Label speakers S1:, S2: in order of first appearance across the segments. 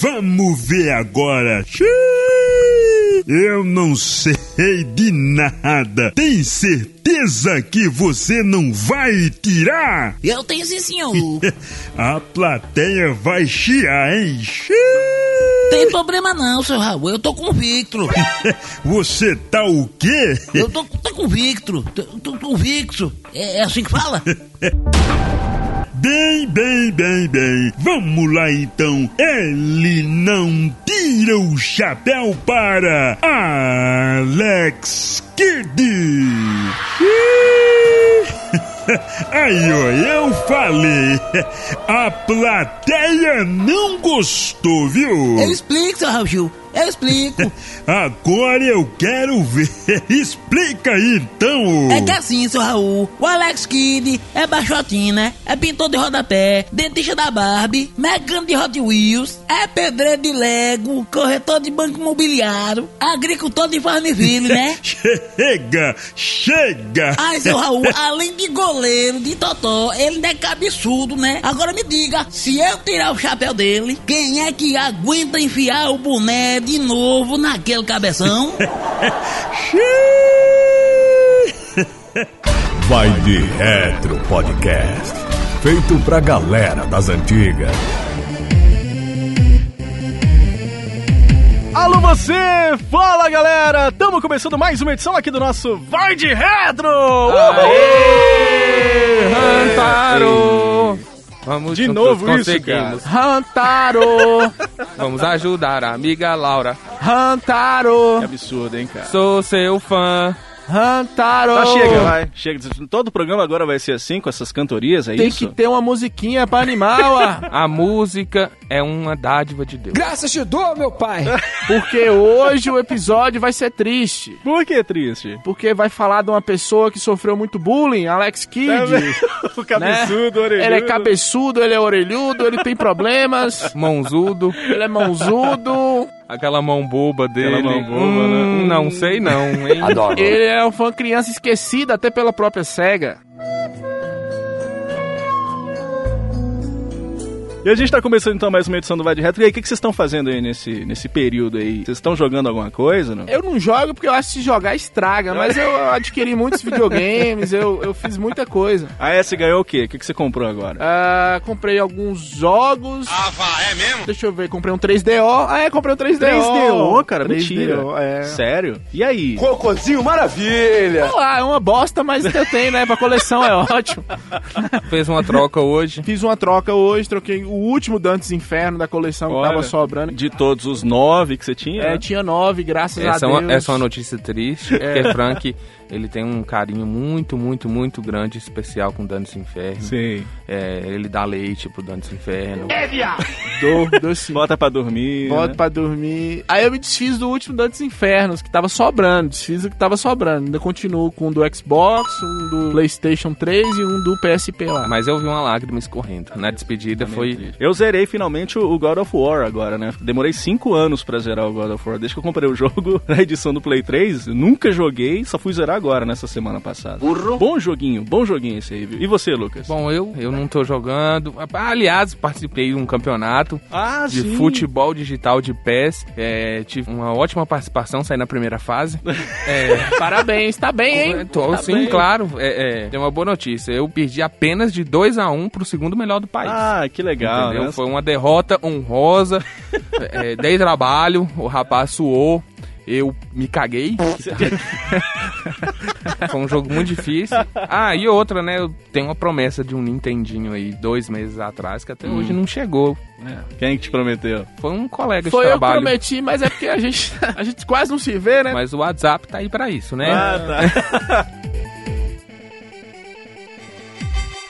S1: Vamos ver agora. Eu não sei de nada. Tem certeza que você não vai tirar?
S2: Eu tenho assim, sim, senhor.
S1: A plateia vai chiar, hein?
S2: Tem problema não, seu Raul. Eu tô convicto.
S1: Você tá o quê?
S2: Eu tô, tô convicto. Tô, tô convicto. É, é assim que fala?
S1: Bem, bem, bem, bem. Vamos lá então. Ele não tira o chapéu para Alex Kidd. Aí, ó, eu falei. A plateia não gostou, viu?
S2: Eu explico, seu Raul Gil. Eu explico.
S1: Agora eu quero ver. Explica aí, então.
S2: É que assim, seu Raul, o Alex Kidd é baixotinho, né? É pintor de rodapé, dentista da Barbie, mecânico de Hot Wheels, é pedreiro de Lego, corretor de banco imobiliário, agricultor de Farmville, né?
S1: Chega, chega.
S2: Ai, seu Raul, além de goleiro, de totó, ele ainda é cabeçudo, né? Agora me diga, se eu tirar o chapéu dele, quem é que aguenta enfiar o boné de novo naquele cabeção?
S3: Vai de Retro Podcast. Feito pra galera das antigas.
S4: Alô você, fala galera! Tamo começando mais uma edição aqui do nosso Vai de Retro! Uhul!
S5: Rantaro! Vamos
S4: De
S5: juntos,
S4: novo isso,
S5: conseguimos.
S4: cara.
S5: Rantaro! Vamos ajudar a amiga Laura.
S4: Que
S5: Rantaro!
S4: absurdo, hein, cara?
S5: Sou seu fã. Rantaro!
S4: Tá, chega, vai. Chega. Todo programa agora vai ser assim, com essas cantorias, é
S6: Tem
S4: isso?
S6: que ter uma musiquinha pra animar, ó.
S5: A música é uma dádiva de Deus.
S7: Graças te dou, meu pai.
S6: Porque hoje o episódio vai ser triste.
S4: Por que triste?
S6: Porque vai falar de uma pessoa que sofreu muito bullying, Alex Kidd.
S4: Tá o cabeçudo,
S6: né?
S4: orelhudo.
S6: Ele é cabeçudo, ele é orelhudo, ele tem problemas,
S5: Mãozudo,
S6: ele é mãozudo,
S5: aquela mão boba dele.
S4: mão boba, né?
S5: Hum, Não sei não, hein?
S6: ele é um fã criança esquecida até pela própria SEGA.
S4: E a gente tá começando então mais uma edição do Vai de Retro. E aí, o que que vocês estão fazendo aí nesse, nesse período aí? Vocês estão jogando alguma coisa, não?
S6: Eu não jogo porque eu acho que se jogar estraga, mas eu adquiri muitos videogames, eu, eu fiz muita coisa.
S4: A S ganhou o quê? O que que você comprou agora?
S6: Ah, comprei alguns jogos. Ah, vá, é mesmo? Deixa eu ver, comprei um 3DO. Ah, é, comprei um 3DO.
S4: 3DO, cara,
S6: 3DO,
S4: mentira.
S6: É.
S4: Sério? E aí?
S7: Cocôzinho maravilha.
S6: Sei lá, é uma bosta, mas eu tenho, né? Pra coleção é ótimo.
S5: Fez uma troca hoje.
S6: Fiz uma troca hoje, troquei o último Dantes Inferno da coleção
S4: Olha.
S6: que tava sobrando.
S4: De todos os nove que você tinha?
S6: É,
S4: né?
S6: tinha nove, graças
S5: Essa é,
S6: a Deus. É.
S5: uma, essa é uma notícia triste, porque Frank, ele tem um carinho muito, muito, muito grande, especial com Dantes Inferno.
S4: Sim.
S5: É, ele dá leite pro Dantes Inferno.
S6: Dou, dou sim.
S4: Bota pra dormir.
S6: Bota
S4: né?
S6: pra dormir. Aí eu me desfiz do último Dantes Infernos, que tava sobrando. Desfiz o que tava sobrando. Ainda continuo com um do Xbox, um do PlayStation 3 e um do PSP lá.
S5: Mas eu vi uma lágrima escorrendo. Na despedida foi.
S4: Eu zerei finalmente o God of War agora, né? Demorei 5 anos pra zerar o God of War. Desde que eu comprei o jogo na edição do Play 3, nunca joguei, só fui zerar agora, nessa semana passada. Bom joguinho, bom joguinho esse aí, viu? E você, Lucas?
S5: Bom, eu, eu não tô jogando. Aliás, participei de um campeonato
S4: ah,
S5: de futebol digital de pés. É, tive uma ótima participação, saí na primeira fase. É,
S6: Parabéns, tá bem, hein?
S5: tô-
S6: Tá
S5: sim,
S6: bem.
S5: claro. É, é, tem uma boa notícia. Eu perdi apenas de 2 a 1 pro segundo melhor do país.
S4: Ah, que legal,
S5: Entendeu?
S4: né?
S5: Foi uma derrota honrosa. é, dei trabalho, o rapaz suou. Eu me caguei. Foi um jogo muito difícil. Ah, e outra, né? Eu tenho uma promessa de um Nintendinho aí, dois meses atrás, que até
S6: Hum.
S5: hoje não chegou.
S4: Quem é que te prometeu?
S5: Foi um colega
S6: Foi
S5: de
S6: eu que
S5: trabalho.
S6: prometi, mas é porque a gente, a gente quase não se vê, né?
S5: Mas o WhatsApp tá aí pra isso, né?
S4: Ah, tá.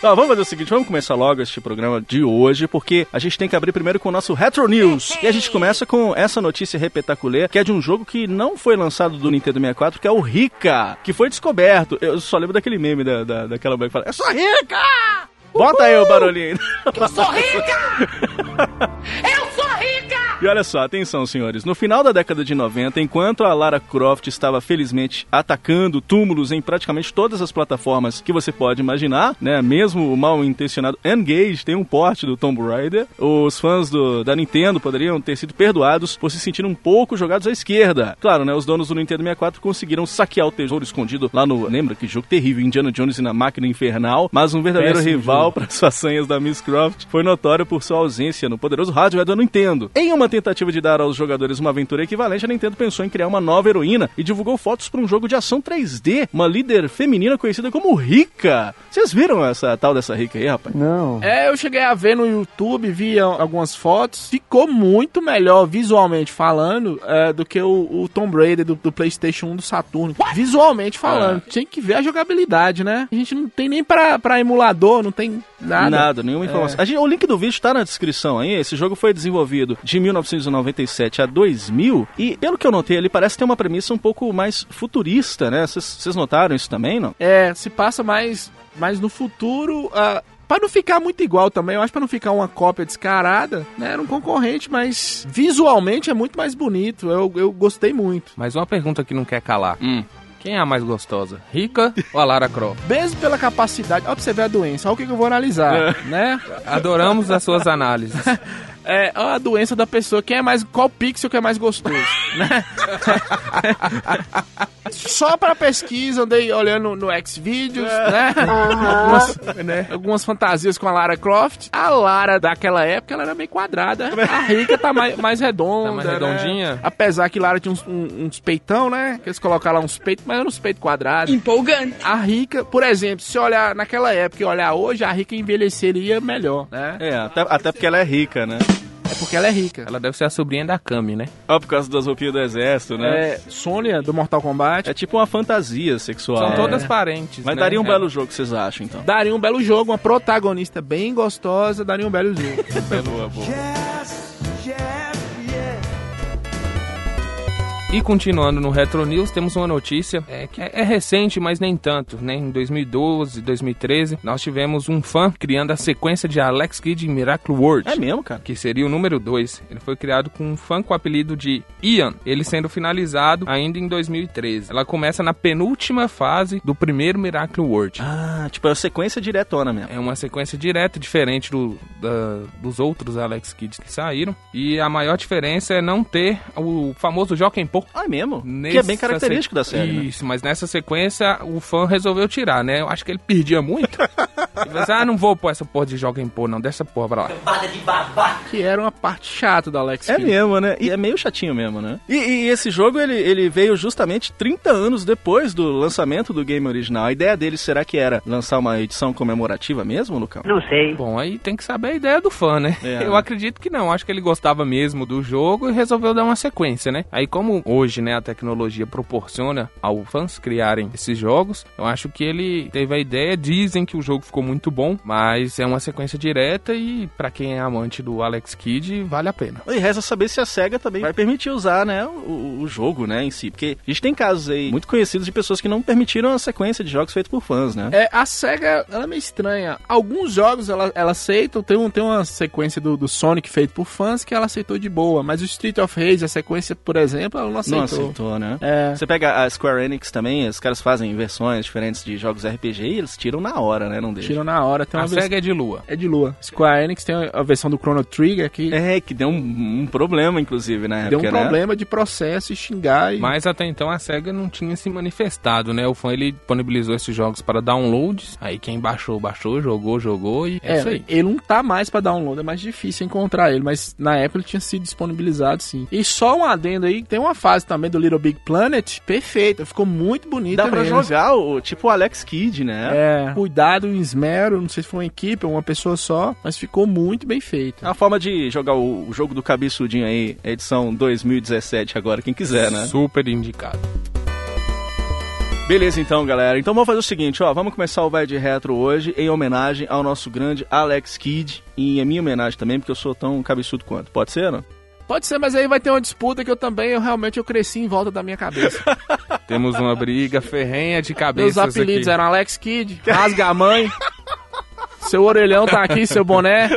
S4: Tá, vamos fazer o seguinte, vamos começar logo este programa de hoje, porque a gente tem que abrir primeiro com o nosso Retro News. E a gente começa com essa notícia repetaculê, que é de um jogo que não foi lançado do Nintendo 64, que é o Rica, que foi descoberto. Eu só lembro daquele meme da, da- daquela mulher que fala, eu sou rica! Bota aí o barulhinho. Eu sou rica! Eu sou rica! E olha só, atenção, senhores. No final da década de 90, enquanto a Lara Croft estava felizmente atacando túmulos em praticamente todas as plataformas que você pode imaginar, né? Mesmo o mal intencionado Engage tem um porte do Tomb Raider. Os fãs do- da Nintendo poderiam ter sido perdoados por se sentir um pouco jogados à esquerda. Claro, né? Os donos do Nintendo 64 conseguiram saquear o tesouro escondido lá no. Lembra que jogo terrível? Indiana Jones e na máquina infernal. Mas um verdadeiro
S6: Péssimo
S4: rival para as façanhas da Miss Croft foi notório por sua ausência no poderoso hardware da Nintendo. Em uma tentativa de dar aos jogadores uma aventura equivalente, a Nintendo pensou em criar uma nova heroína e divulgou fotos para um jogo de ação 3D, uma líder feminina conhecida como Rika. Vocês viram essa tal dessa Rika aí, rapaz?
S7: Não.
S6: É, eu cheguei a ver no YouTube, vi a- algumas fotos. Ficou muito melhor, visualmente falando, é, do que o, o Tomb Raider do, do PlayStation 1 do Saturno. Visualmente falando.
S5: É.
S6: Tinha que ver a jogabilidade, né? A gente não tem nem pra, pra emulador, não tem nada.
S5: É.
S4: nenhuma informação. A gente- o link do vídeo está na descrição aí. Esse jogo foi desenvolvido de 1997 a 2000 e, pelo que eu notei ali, parece ter uma premissa um pouco mais futurista, né? Vocês vocês notaram isso também, não?
S6: É, se passa mais, mais no futuro. ah, Pra não ficar muito igual também, eu acho pra não ficar uma cópia descarada, né? Era um concorrente, mas visualmente é muito mais bonito. Eu, eu gostei muito.
S5: Mas uma pergunta que não quer calar.
S6: Hum.
S5: Quem é a mais gostosa? Rica ou a Lara Croft?
S6: Mesmo pela capacidade. Ó, pra você ver a doença, olha o que, que eu vou
S5: É.
S6: analisar, né?
S5: Adoramos as suas análises.
S6: É ó a doença da pessoa, quem é mais. Qual pixel que é mais gostoso, né? Só pra pesquisa, andei olhando no Xvideos, né? Algumas, né? Algumas fantasias com a Lara Croft. A Lara daquela época, ela era meio quadrada. A Rica tá mais, mais redonda.
S5: Tá mais
S6: né?
S5: redondinha.
S6: Apesar que Lara tinha uns, um- uns peitão, né? Que eles colocaram lá uns peitos, mas eram uns peitos quadrados.
S8: Empolgante.
S6: A rica, por exemplo, se olhar naquela época e olhar hoje, a rica envelheceria melhor, né?
S4: É, até, até porque ela é rica, né?
S6: É porque ela é rica.
S5: Ela deve ser a sobrinha da Kami, né?
S4: Ah, por causa das roupinhas do exército, né? É,
S6: É Sônia do Mortal Kombat.
S4: tipo uma fantasia sexual.
S5: São
S4: né?
S5: todas parentes.
S4: Mas
S5: né?
S4: daria um
S5: É.
S4: belo jogo, vocês acham, então?
S6: Daria um belo jogo, uma protagonista bem gostosa, daria um belo jogo.
S4: boa, boa.
S5: E continuando no Retro News, temos uma notícia é, que é, é recente, mas nem tanto, né? Em 2012, 2013, nós tivemos um fã criando a sequência de Alex Kidd em Miracle World.
S4: É mesmo, cara?
S5: que seria o número 2. Ele foi criado com um fã com o apelido de Ian, ele sendo finalizado ainda em 2013. Ela começa na penúltima fase do primeiro Miracle World.
S4: Ah, tipo, é uma sequência diretona mesmo.
S5: É uma sequência direta, diferente do- da- dos outros Alex Kids que saíram. E a maior diferença é não ter o famoso Joaquim Pô.
S4: Ah, é mesmo? que é
S5: Nessa
S4: bem característico
S5: se-
S4: da série, né?
S5: Isso, mas nessa sequência o fã resolveu tirar, né? Eu acho que ele perdia muito. Ele falou assim, ah, não vou pôr essa porra de Joaquim Pô, não. Deixa essa porra pra lá.
S6: que era uma parte chata do Alex
S4: É
S6: Kidd.
S4: mesmo, né? E é meio chatinho mesmo, né? E, e esse jogo, ele, ele veio justamente 30 anos depois do lançamento do game original. A ideia dele, será que era lançar uma edição comemorativa mesmo, Lucão?
S5: Bom, aí tem que saber a ideia do fã, né?
S4: É.
S5: Eu acredito que não. Acho que ele gostava mesmo do jogo e resolveu dar uma sequência, né? Aí, como hoje, né, a tecnologia proporciona ao fãs criarem esses jogos, eu acho que ele teve a ideia. Dizem que o jogo ficou muito bom, mas é uma sequência direta e, pra quem é amante do Alex Kidd, vale a pena.
S4: E resta saber se a SEGA também vai permitir usar, né, o, o jogo, né, em si. Porque a gente tem casos aí muito conhecidos de pessoas que não permitiram a sequência de jogos feitos por fãs, né?
S6: É, a SEGA, ela é meio estranha. Alguns jogos ela, ela aceita, tem, um, tem uma sequência do, do Sonic feito por fãs que ela aceitou de boa, mas o Street of Rage, a sequência, por exemplo, ela não aceitou.
S4: Não aceitou, né?
S6: É.
S4: Você pega a Square Enix também, os caras fazem versões diferentes de jogos RPG e eles tiram na hora, né? Não deixam.
S6: Tiram na hora, tem uma
S5: a
S6: vers-
S5: SEGA é de lua.
S6: É de lua. Square Enix tem a versão do Chrono Trigger que
S4: É, que deu um, um problema, inclusive, na
S6: deu um
S4: época, né?
S6: problema de processo e xingar e...
S5: Mas até então a SEGA não tinha se manifestado, né? O fã ele disponibilizou esses jogos para downloads. Aí quem baixou, baixou, jogou, jogou e é,
S6: É,
S5: isso aí.
S6: ele não tá mais pra download, é mais difícil encontrar ele, mas na época ele tinha sido disponibilizado sim. E só um adendo aí, tem uma fase também do Little Big Planet, perfeita, ficou muito bonita
S4: Dá pra
S6: mesmo.
S4: jogar o tipo o Alex Kidd, né?
S6: É, cuidado, um esmero, não sei se foi uma equipe ou uma pessoa só, mas ficou muito bem feito.
S4: É uma forma de jogar o, o jogo do cabeçudinho aí, edição 2017 agora, quem quiser, né?
S5: Super indicado.
S4: Beleza então, galera. Então vamos fazer o seguinte, ó, vamos começar o Vai de Retro hoje em homenagem ao nosso grande Alex Kidd e em minha homenagem também, porque eu sou tão cabeçudo quanto. Pode ser, não?
S6: Pode ser, mas aí vai ter uma disputa que eu também, eu realmente eu cresci em volta da minha cabeça.
S5: Temos uma briga ferrenha de
S6: Meus
S5: cabeças
S6: apelidos
S5: aqui.
S6: eram Alex Kidd, Rasga a Mãe, Seu Orelhão tá aqui, seu boné.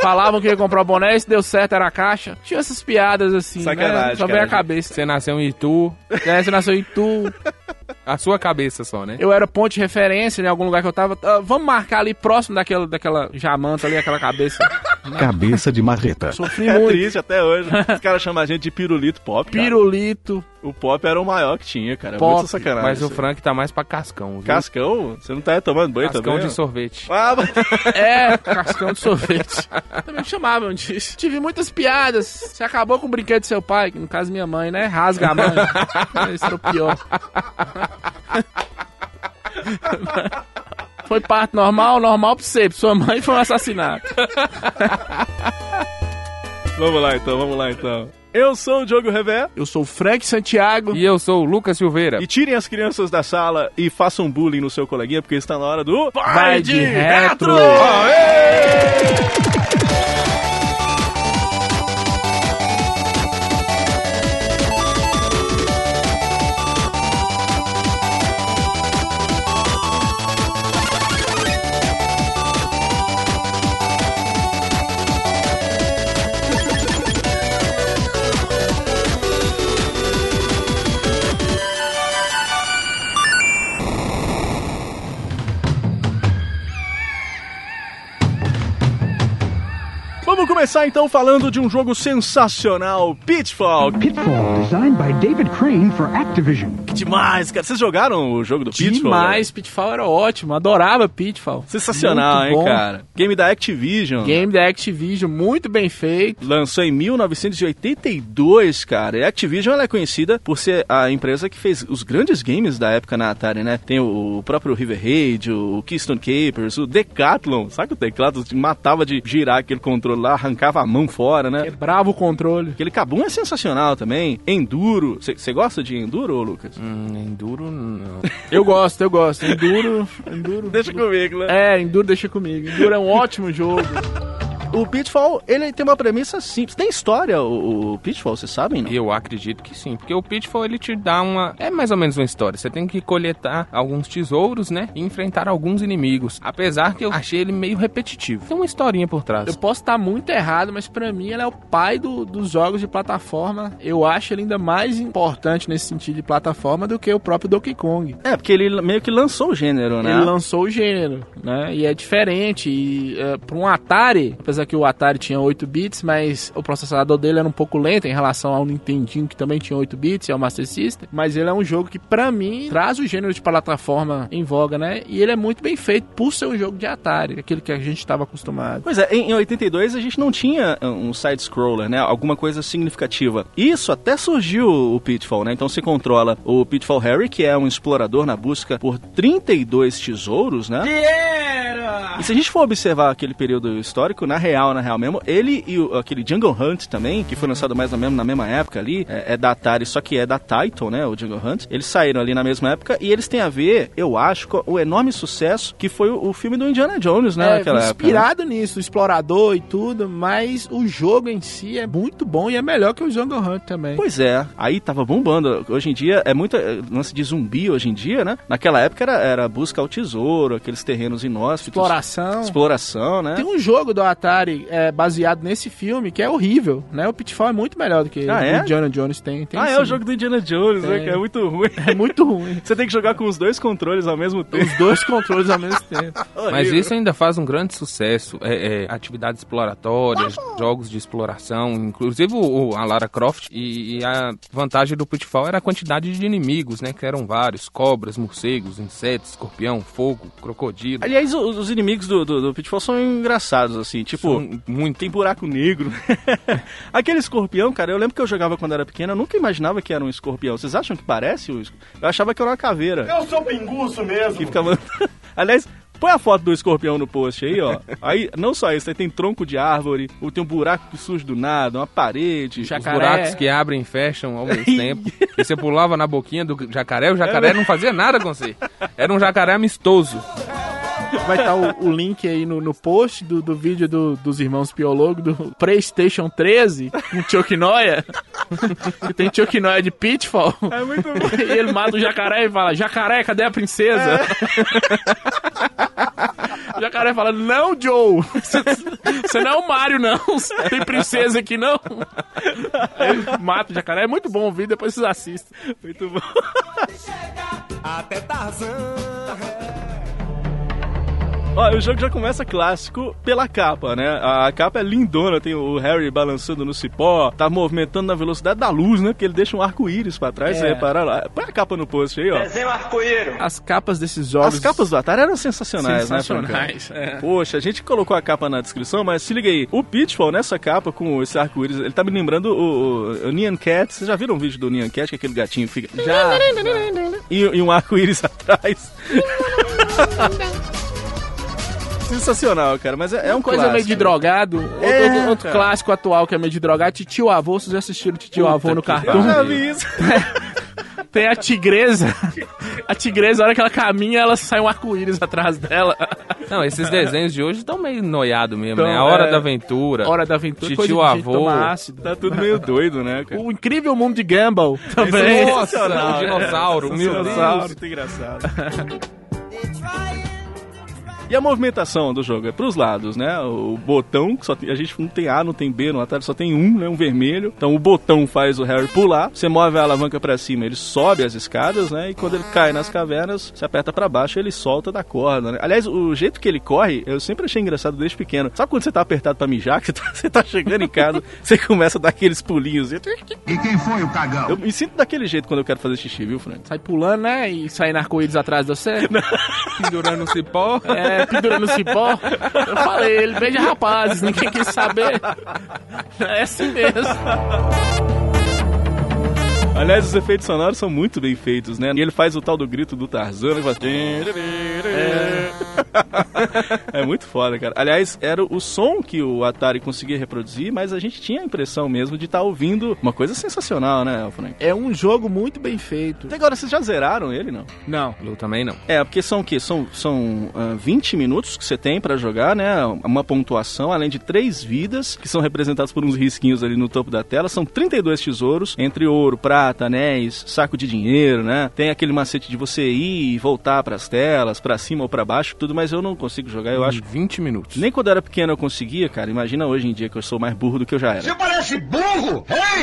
S6: Falavam que ia comprar o boné e se deu certo era a caixa. Tinha essas piadas assim,
S4: Sacanagem,
S6: né? Só
S4: cara.
S6: veio a cabeça.
S5: Você nasceu em Itu,
S6: É, você nasceu em Tu.
S5: a sua cabeça só, né?
S6: Eu era ponto de referência em algum lugar que eu tava. Ah, vamos marcar ali próximo daquela, daquela jamanta ali, aquela cabeça.
S8: Cabeça de marreta.
S6: Sofri
S4: É
S6: muito.
S4: triste até hoje. Os caras chamam a gente de pirulito pop. cara.
S6: Pirulito.
S4: O pop era o maior que tinha, cara.
S6: Pop,
S4: Muito sacanagem.
S5: Mas o
S4: isso.
S5: Frank tá mais pra cascão, viu?
S4: Cascão, você não tá tomando banho
S5: Cascão
S4: também?
S5: de
S4: ó?
S5: sorvete.
S4: Ah, mas-
S6: É, cascão de sorvete. Também me chamavam disso. Tive muitas piadas. Você acabou com o brinquedo do seu pai, que no caso minha mãe, né? Rasga a mãe. Esse é o pior. Foi parte normal, normal pra você. Pra sua mãe foi um assassinato.
S4: vamos lá então, vamos lá então. Eu sou o Diogo Revé.
S6: Eu sou o Frank Santiago.
S5: E eu sou o Lucas Silveira.
S4: E tirem as crianças da sala e façam bullying no seu coleguinha, porque está na hora do.
S5: Vai de retro!
S4: Vamos começar então falando de um jogo sensacional, Pitfall.
S9: Pitfall, designed by David Crane for Activision.
S4: Que demais, cara. Vocês jogaram o jogo do Pitfall? velho?
S6: Demais, Pitfall era ótimo. Adorava Pitfall.
S4: Sensacional,
S6: Muito
S4: hein,
S6: bom.
S4: cara? Game da Activision.
S6: Game da Activision, muito bem feito.
S4: Lançou em 1982, cara. E a Activision ela é conhecida por ser a empresa que fez os grandes games da época na Atari, né? Tem o, o próprio River Raid, o Keystone Capers, o Decathlon. Sabe que o teclado te matava de girar aquele controle lá, arrancava a mão fora, né?
S6: Quebrava É o controle.
S4: Aquele cabum é sensacional também. Enduro. Você gosta de Enduro, ô, Lucas?
S5: Hum, enduro, não.
S6: Eu gosto, eu gosto. Enduro, Enduro.
S4: Deixa comigo, né?
S6: É, Enduro deixa comigo. Enduro é um ótimo jogo.
S4: É, O Pitfall, ele tem uma premissa simples. Tem história o, o Pitfall, vocês sabem, não?
S5: Eu acredito que sim, porque o Pitfall ele te dá uma. É mais ou menos uma história. Você tem que coletar alguns tesouros, né? E enfrentar alguns inimigos. Apesar que eu achei ele meio repetitivo. Tem uma historinha por
S6: Eu
S5: trás.
S6: posso estar muito errado, mas pra mim ele é o pai do- dos jogos de plataforma. Eu acho ele ainda mais importante nesse sentido de plataforma do que o próprio Donkey Kong.
S4: É, porque ele meio que lançou o gênero, né?
S6: Ele lançou o gênero, né? E é diferente. E é, pra um Atari, apesar que o Atari tinha 8 bits, mas o processador dele era um pouco lento em relação ao Nintendinho, que também tinha 8 bits, e ao Master System. Mas ele é um jogo que, pra mim, traz o gênero de plataforma em voga, né? E ele é muito bem feito por ser um jogo de Atari, aquele que a gente estava acostumado.
S4: Pois é, em em 82 a gente não tinha uh, um side-scroller, né? Alguma coisa significativa. Isso até surgiu o Pitfall, né? Então você controla o Pitfall Harry, que é um explorador na busca por 32 tesouros, né? E se a gente for observar aquele período histórico, na real, na real mesmo, ele e o- aquele Jungle Hunt também, que foi lançado mais ou menos na mesma época ali, é, é da Atari, só que é da Titan, né, o Jungle Hunt, eles saíram ali na mesma época e eles têm a ver, eu acho, com o enorme sucesso que foi o, o filme do Indiana Jones, né,
S6: É,
S4: naquela época. né?
S6: inspirado nisso, explorador e tudo, mas o jogo em si é muito bom e é melhor que o Jungle Hunt também.
S4: Pois é, aí tava bombando. Hoje em dia é muito é, lance de zumbi hoje em dia, né? Naquela época era, era busca ao tesouro, aqueles terrenos inóspitos.
S6: Exploração.
S4: Exploração, né?
S6: Tem um jogo do Atari é, baseado nesse filme que é horrível, né? O Pitfall é muito melhor do que
S4: Ah, é?
S6: o Indiana Jones tem. tem
S4: ah, é
S6: sim.
S4: o jogo do Indiana Jones, né?
S6: Tem.
S4: Que é muito ruim.
S6: É muito ruim.
S4: Você tem que jogar com os dois controles ao mesmo tempo.
S6: Os dois controles ao mesmo tempo.
S5: Mas isso
S6: né?
S5: ainda faz um grande sucesso. É, é, atividades exploratórias, jogos de exploração, inclusive o, o- a Lara Croft. E, e a vantagem do Pitfall era a quantidade de inimigos, né? Que eram vários: cobras, morcegos, insetos, escorpião, fogo, crocodilo.
S4: Aliás, o- os, inimigos do, do, do Pitfall são engraçados, assim. Tipo,
S5: São muito.
S4: tem buraco negro. Aquele escorpião, cara, eu lembro que eu jogava quando era pequeno, eu nunca imaginava que era um escorpião. Vocês acham que parece? um esco- Eu achava que era uma caveira. Eu sou pinguço mesmo. Que ficava... Aliás, põe a foto do escorpião no post aí, ó. Aí, não só isso, aí tem tronco de árvore, ou tem um buraco que surge do nada, uma parede.
S5: Os
S6: Jacaré.
S5: buracos que abrem e fecham ao mesmo tempo. E você pulava na boquinha do jacaré, o
S6: É.
S5: jacaré não fazia nada com você. Era um jacaré amistoso.
S6: Vai estar o, o link aí no, no post do, do vídeo do- dos irmãos Piologo do PlayStation 13, com Chuck Noia. Que tem Chuck Noia de Pitfall.
S4: É muito bom.
S6: E ele mata o jacaré e fala: Jacaré, cadê a
S4: É.
S6: princesa?
S5: O jacaré fala, não, Joe, você- você não é o Mario, não. Tem princesa aqui, não. Aí ele mata o jacaré. É muito bom ouvir, depois vocês assistem.
S4: Muito bom. Ó, o jogo já começa clássico pela capa, né? A capa é lindona, tem o Harry balançando no cipó, tá movimentando na velocidade da luz, né? Porque ele deixa um arco-íris pra trás,
S6: É.
S4: você reparar lá. Põe a capa no post aí, ó.
S6: As capas desses jogos.
S4: As capas do Atari eram sensacionais, né, Franca?
S5: Sensacionais, é.
S4: Poxa, a gente colocou a capa na descrição, mas se liga aí. O Pitfall, nessa capa com esse arco-íris, ele tá me lembrando o, o, o Nyan Cat. Vocês já viram um vídeo do Nyan Cat, que aquele gatinho fica... Já! e, e um arco-íris atrás. Sensacional, cara, mas é, é um
S6: Coisa
S4: clássico.
S6: meio de drogado.
S4: É,
S6: outro outro
S4: cara.
S6: clássico atual que é meio de drogado. Titio Avô, vocês já assistiram Titio Avô no
S4: Eu
S6: cartoon?
S4: já vi isso.
S6: Tem a tigresa. A tigresa, a hora que ela caminha, ela sai um arco-íris atrás dela.
S5: Não, esses desenhos de hoje estão meio noiado mesmo,
S6: É. Tão,
S5: né? A Hora
S6: é.
S5: da Aventura.
S6: Hora da aventura,
S5: Titio
S6: coisa de
S5: Avô.
S6: gente tomar ácido.
S4: Tá tudo meio doido, né, cara?
S6: O incrível mundo de Gumball também.
S5: Nossa, o
S6: É.
S5: dinossauro, meu
S4: Dinossauro,
S5: Deus.
S4: muito engraçado. E a movimentação do jogo é pros lados, né? O botão, que só tem- a gente não tem A, não tem B no Atari, só tem um, né? Um vermelho. Então o botão faz o Harry pular, você move a alavanca pra cima, ele sobe as escadas, né? E quando ele cai nas cavernas, você aperta pra baixo, ele solta da corda, né? Aliás, o jeito que ele corre, eu sempre achei engraçado desde pequeno. Sabe quando você tá apertado pra mijar, que você tá, você tá chegando em casa, você começa a dar aqueles pulinhos. E quem foi o cagão? Eu me sinto daquele jeito quando eu quero fazer xixi, viu, Frank?
S6: Sai pulando, né? E saindo arco-íris atrás de você.
S5: Pendurando o cipó.
S6: É, pendurando o cipó. Eu falei, ele beija rapazes, ninguém quis saber. É assim mesmo.
S4: Aliás, os efeitos sonoros são muito bem feitos, né? E ele faz o tal do grito do Tarzan, ele faz... É muito foda, cara. Aliás, era o som que o Atari conseguia reproduzir, mas a gente tinha a impressão mesmo de estar ouvindo uma coisa sensacional, né, Frank?
S6: É um jogo muito bem feito.
S4: Até agora, vocês já zeraram ele, não?
S6: Não.
S5: Eu também não.
S4: É, porque são o quê? São, são ah, 20 minutos que você tem pra jogar, né? Uma pontuação, além de três vidas, que são representadas por uns risquinhos ali no topo da tela. São 32 tesouros, entre ouro, prata, anéis, saco de dinheiro, né? Tem aquele macete de você ir e voltar pras telas, pra cima ou pra baixo, tudo, mas eu não consigo jogar,
S5: Hum.
S4: eu acho.
S5: 20 minutos.
S4: Nem quando eu era pequeno eu conseguia, cara. Imagina hoje em dia que eu sou mais burro do que eu já era.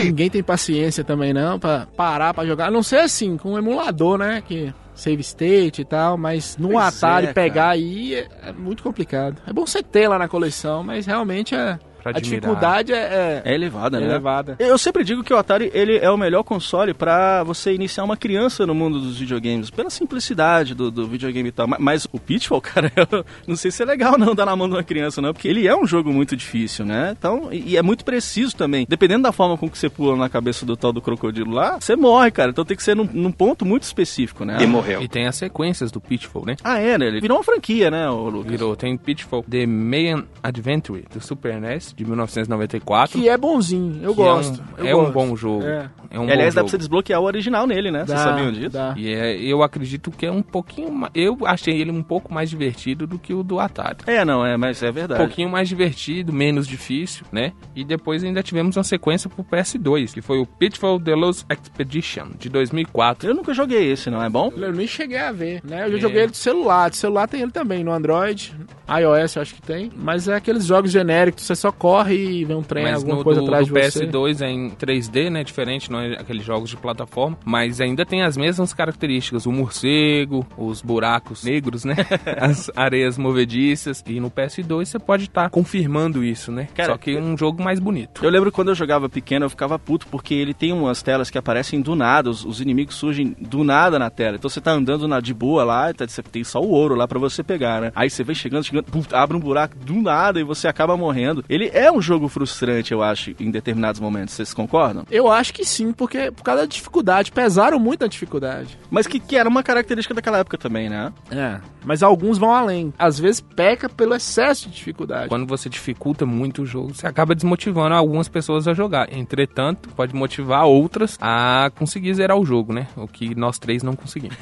S6: Ninguém tem paciência também, não, pra parar pra jogar. A não ser assim, com um emulador, né? Que save state e tal, mas no
S4: Pois
S6: Atari
S4: é,
S6: pegar aí é, é muito complicado. É bom você ter lá na coleção, mas realmente é,
S5: Pra
S6: a
S5: admirar.
S6: dificuldade é, é
S4: É elevada, né?
S6: elevada.
S4: Eu sempre digo que o Atari ele é o melhor console pra você iniciar uma criança no mundo dos videogames, pela simplicidade do, do videogame e tal. Ma- Mas, o Pitfall, cara, eu não sei se é legal não dar na mão de uma criança, não, porque ele é um jogo muito difícil, né? Então, e, e é muito preciso também. Dependendo da forma com que você pula na cabeça do tal do crocodilo lá, você morre, cara. Então tem que ser num, num ponto muito específico, né?
S5: E tem as sequências do Pitfall, né?
S4: Ah, é, né? Ele virou uma franquia, né, o Lucas?
S5: Virou, tem Pitfall The Mayan Adventure do Super NES de 1994.
S6: Que é bonzinho, eu
S5: que
S6: gosto.
S5: É
S6: eu
S5: um, é um
S6: gosto.
S5: bom jogo.
S6: É.
S5: É, um
S4: E, Aliás,
S5: bom
S4: dá pra você
S5: jogo.
S4: desbloquear o original nele, né? Vocês
S6: Dá,
S4: sabiam disso?
S6: dá.
S5: E é, eu acredito que é um pouquinho. ma- Eu achei ele um pouco mais divertido do que o do Atari.
S4: É, não, é, mas é
S5: Um
S4: verdade.
S5: pouquinho mais divertido, menos difícil, né? E depois ainda tivemos uma sequência pro PS2, que foi o Pitfall The Lost Expedition, de 2004.
S4: Eu nunca joguei esse, não. É bom?
S6: Eu nem cheguei a ver, né? Eu
S5: É.
S6: já joguei ele do celular. De celular tem ele também, no Android, iOS eu acho que tem. Mas é aqueles jogos genéricos, você só corre e vê um trem,
S5: Mas
S6: alguma
S5: no
S6: coisa
S5: do,
S6: atrás
S5: do
S6: de você.
S5: PS2 é em 3D, né? Diferente, não é aqueles jogos de plataforma. Mas ainda tem as mesmas características. O morcego, os buracos negros, né? As areias movediças. E no PS2 você pode estar confirmando isso, né?
S4: Cara,
S5: Só que um jogo mais bonito.
S4: Eu lembro quando eu jogava pequeno, eu ficava puto, porque ele tem umas telas que aparecem do nada, os, os inimigos surgem do nada na tela. Então você tá andando na, de boa lá, tá- você tem só o ouro lá pra você pegar, né? Aí você vem chegando, chegando, puf, abre um buraco do nada e você acaba morrendo. Ele é um jogo frustrante, eu acho, em determinados momentos, vocês concordam?
S6: Eu acho que sim, porque por causa da dificuldade, pesaram muito a dificuldade.
S4: Mas que, que era uma característica daquela época também, né?
S6: É. Mas alguns vão além. Às vezes peca pelo excesso de dificuldade.
S5: Quando você dificulta muito o jogo, você acaba desmotivando algumas pessoas a jogar. Entretanto, pode motivar outras a conseguir zerar o jogo, né? O que nós três não conseguimos.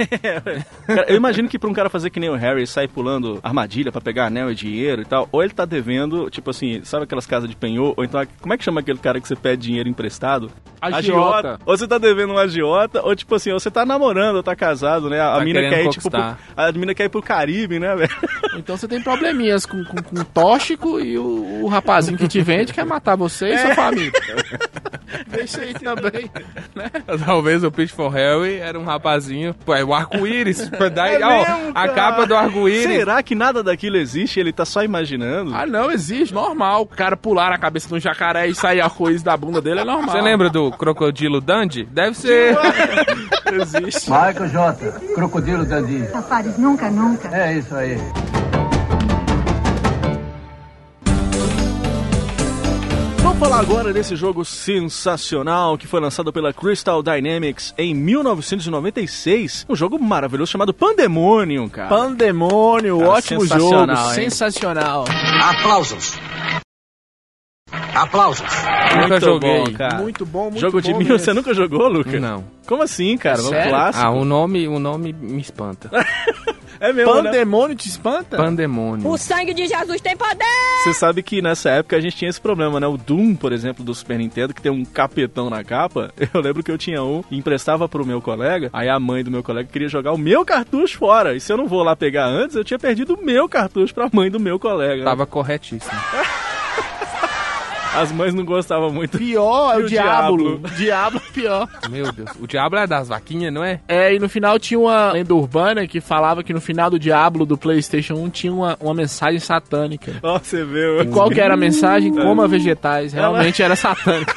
S4: Cara, eu imagino que pra um cara fazer que nem o Harry, sair pulando armadilha pra pegar anel e dinheiro e tal, ou ele tá devendo, tipo assim, sabe aquelas casas de penhor, ou então, como é que chama aquele cara que você pede dinheiro emprestado?
S6: Agiota.
S5: agiota.
S4: Ou você tá devendo um agiota, ou tipo assim, ou você tá namorando, ou tá casado, né? A
S5: Tá
S4: mina
S5: querendo
S4: quer ir, tipo, pro,
S5: conquistar.
S4: a mina quer ir pro Caribe, né, velho?
S6: Então você tem probleminhas com, com, com tóxico e o, o rapazinho que te vende quer matar você e
S4: É.
S6: sua família. Deixa aí também.
S5: Talvez o Pitch for Harry era um rapazinho. Pô, é o arco-íris. Daí, ó,
S4: É mesmo,
S5: a
S4: cara?
S5: capa do arco-íris.
S4: Será que nada daquilo existe? Ele tá só imaginando?
S6: Ah, não, existe, normal. O cara pular na cabeça de um jacaré e sair a coisa da bunda dele é normal.
S5: Você lembra do crocodilo Dandy? Deve ser.
S6: Existe.
S10: Michael Jota, Crocodilo Dandy.
S11: Rapazes, nunca, nunca.
S10: É isso aí.
S4: Vamos falar agora desse jogo sensacional que foi lançado pela Crystal Dynamics em 1996. Um jogo maravilhoso chamado Pandemonium, cara.
S6: Pandemônio,
S4: Cara,
S6: ótimo jogo,
S4: sensacional, hein?
S6: sensacional.
S7: Aplausos. Aplausos.
S5: Nunca joguei.
S4: bom, cara.
S6: Muito bom, muito
S4: jogo
S6: bom.
S4: de mil,
S6: mesmo.
S4: você nunca jogou, Luca?
S5: Não.
S4: Como assim, cara? Um
S6: Sério?
S4: clássico.
S5: Ah, o nome, o nome me espanta.
S4: É mesmo, né?
S6: Pandemônio te espanta?
S5: Pandemônio.
S11: sangue de Jesus tem poder!
S4: Você sabe que nessa época a gente tinha esse problema, né? O Doom, por exemplo, do Super Nintendo, que tem um capetão na capa. Eu lembro que eu tinha um e emprestava pro meu colega. Aí a mãe do meu colega queria jogar o meu cartucho fora. E se eu não vou lá pegar antes, eu tinha perdido o meu cartucho pra mãe do meu colega.
S5: Tava corretíssimo.
S4: As mães não gostavam muito.
S6: Pior é
S4: E
S6: o,
S4: o
S6: diabo. Diabo é pior.
S5: Meu Deus. O diabo é das vaquinhas, não é?
S6: É, e no final tinha uma lenda urbana que falava que no final do Diablo do PlayStation 1 tinha uma, uma mensagem satânica.
S4: Ó, você viu?
S6: Qual que era a mensagem? Coma vegetais. Realmente era satânica.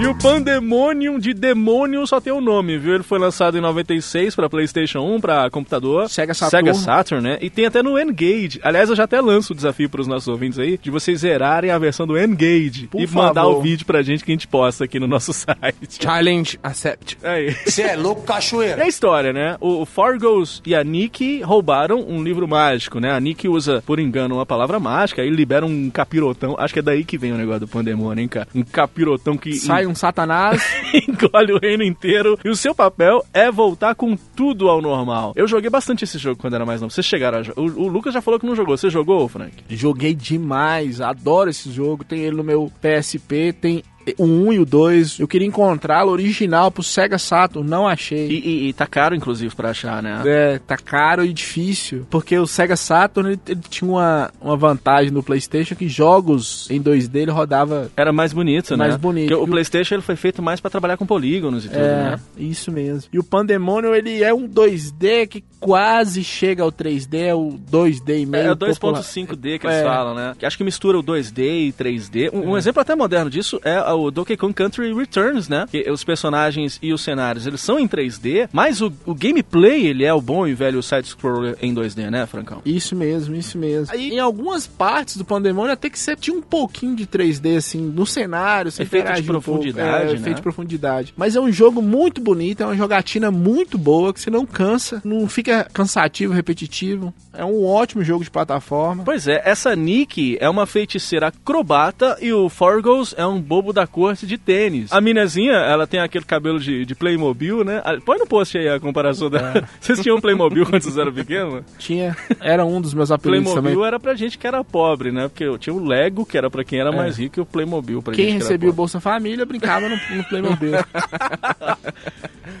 S4: E o Pandemonium de Demônio só tem o nome, viu? Ele foi lançado em 96 pra PlayStation 1, pra computador.
S6: Sega Saturn.
S4: Sega Saturn, né? E tem até no N-Gage. Aliás, eu já até lanço o desafio pros nossos ouvintes aí de vocês zerarem a versão do N-Gage
S6: Por
S4: e mandar
S6: favor.
S4: o vídeo pra gente que a gente posta aqui no nosso site.
S5: Challenge accept.
S4: Aí.
S7: Você é louco,
S4: É
S7: cachoeira.
S4: a história, né? O Fargos e a Nick roubaram um livro mágico, né? A Nick usa, por engano, uma palavra mágica e libera um capirotão. Acho que é daí que vem o negócio do pandemônio, hein, cara? Um capirotão que
S6: Sai um satanás.
S4: engole o reino inteiro. E o seu papel é voltar com tudo ao normal. Eu joguei bastante esse jogo quando era mais novo. Vocês chegaram a jo- o, o Lucas já falou que não jogou. Você jogou, Frank?
S6: Joguei demais, adoro esse jogo. Tem ele no meu PSP, tem o 1 e o 2. Eu queria encontrá-lo original pro Sega Saturn, não achei.
S4: E, e- e tá caro, inclusive, pra achar, né?
S6: É, tá caro e difícil. Porque o Sega Saturn ele, ele tinha uma, uma vantagem no PlayStation que jogos em 2D ele rodava.
S4: Era mais bonito, né?
S6: Mais bonito.
S4: Porque o Playstation ele foi feito mais pra trabalhar com polígonos e tudo,
S6: É,
S4: né?
S6: isso mesmo. E o Pandemonium ele é um 2D que quase chega ao 3D, é o 2D e meio.
S4: É o
S6: popular.
S4: 2.5D que eles
S6: É.
S4: falam, né? Que acho que mistura o 2D e 3D. Um, um exemplo até moderno disso é o Donkey Kong Country Returns, né? Que os personagens e os cenários, eles são em 3D, mas o, o gameplay, ele é o bom e velho side-scroller em 2D, né, Francão?
S6: Isso mesmo, isso mesmo. Aí, em algumas partes do Pandemônio até que você tinha um pouquinho de 3D, assim, no cenário. Você
S4: Efeito de
S6: interage um pouco.
S4: profundidade,
S6: é,
S4: né?
S6: Efeito de profundidade. Mas é um jogo muito bonito, é uma jogatina muito boa, que você não cansa, não fica cansativo, repetitivo. É um ótimo jogo de plataforma.
S4: Pois é, essa Nick é uma feiticeira acrobata e o Forgos é um bobo da corte de tênis. A minazinha, ela tem aquele cabelo de, de Playmobil, né? Ah, Põe no post aí a comparação
S6: É.
S4: da. Vocês tinham um Playmobil quando vocês eram pequenos?
S6: Tinha, era um dos meus apelidos
S4: Playmobil é
S6: também.
S4: era pra gente que era pobre, né? Porque eu tinha o Lego, que era pra quem era mais rico, e o Playmobil pra
S6: É. Quem
S4: gente que era
S6: recebia o
S4: pobre.
S6: Bolsa Família brincava no, no Playmobil.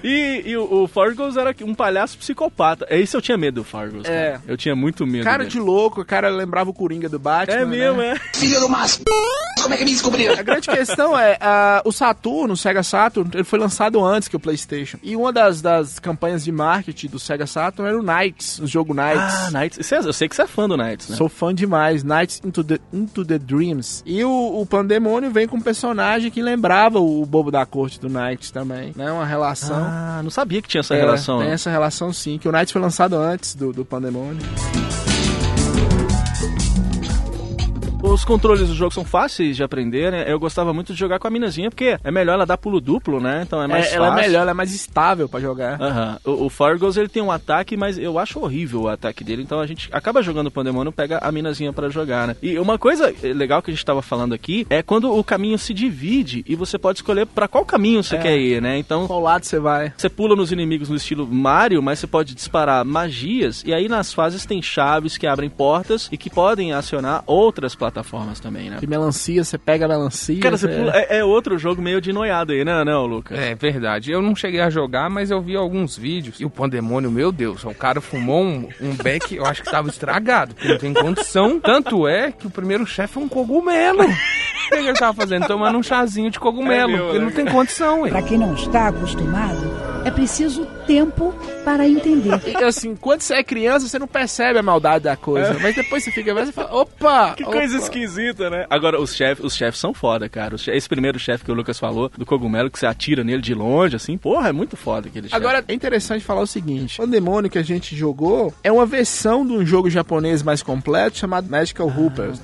S4: E, e o, o Fargos era um palhaço psicopata. É isso eu tinha medo do Fargos.
S6: É.
S4: cara. Eu tinha muito medo.
S6: cara
S4: dele.
S6: de louco, o cara lembrava o Coringa do Batman.
S4: É mesmo,
S6: né?
S4: é.
S7: Filho do mas... Como é que me descobriu?
S6: A grande questão é, ah, o Saturn, o Sega Saturn, ele foi lançado antes que o PlayStation. E uma das, das campanhas de marketing do Sega Saturn era o Knights, o jogo Knights.
S4: Ah, Knights. Cê- Eu sei que você é fã do Knights, né?
S6: Sou fã demais, Knights into the, into the Dreams. E o, o Pandemônio vem com um personagem que lembrava o bobo da corte do Knights também, né? Uma relação.
S4: Ah, não sabia que tinha essa
S6: É,
S4: relação. né?
S6: Tem essa relação sim, que o Knights foi lançado antes do, do Pandemônio.
S4: Os controles do jogo são fáceis de aprender, né? Eu gostava muito de jogar com a minazinha, porque é melhor ela dar pulo duplo, né? Então é mais
S6: É,
S4: fácil.
S6: ela é melhor, ela é mais estável pra jogar.
S4: Aham. O, o Fargos, ele tem um ataque, mas eu acho horrível o ataque dele, então a gente acaba jogando o Pandemônio, pega a minazinha pra jogar, né? E uma coisa eh, legal que a gente tava falando aqui é quando o caminho se divide e você pode escolher pra qual caminho você quer ir, né? Então
S6: Qual lado você vai?
S4: você pula nos inimigos no estilo Mario, mas você pode disparar magias, e aí nas fases tem chaves que abrem portas e que podem acionar outras
S6: plataformas também, né? Que melancia, você pega a melancia.
S4: Cara, você pula- é, é outro jogo meio de noiado aí, né, não, Lucas?
S5: É verdade. Eu não cheguei a jogar, mas eu vi alguns vídeos. E o pandemônio, meu Deus, o cara fumou um, um beck, eu acho que tava estragado, porque não tem condição. Tanto é que o primeiro chefe é um cogumelo. O que ele tava fazendo? Tomando um chazinho de cogumelo.
S12: É meu,
S5: porque
S12: né,
S5: não tem
S12: cara?
S5: condição, ué.
S12: Para quem não está acostumado, é preciso tempo para entender.
S6: E, assim, quando você é criança, você não percebe a maldade da coisa.
S4: É.
S6: Mas depois você fica velho e fala, opa!
S4: Que coisa esquisita, né? Agora, os chefes os chefes são foda, cara. Os che- Esse primeiro chefe que o Lucas falou, do cogumelo, que você atira nele de longe, assim, porra, é muito foda aquele chefe.
S6: Agora, é interessante falar o seguinte: o Pandemônio Um que a gente jogou é uma versão de um jogo japonês mais completo chamado Magical Hoopers.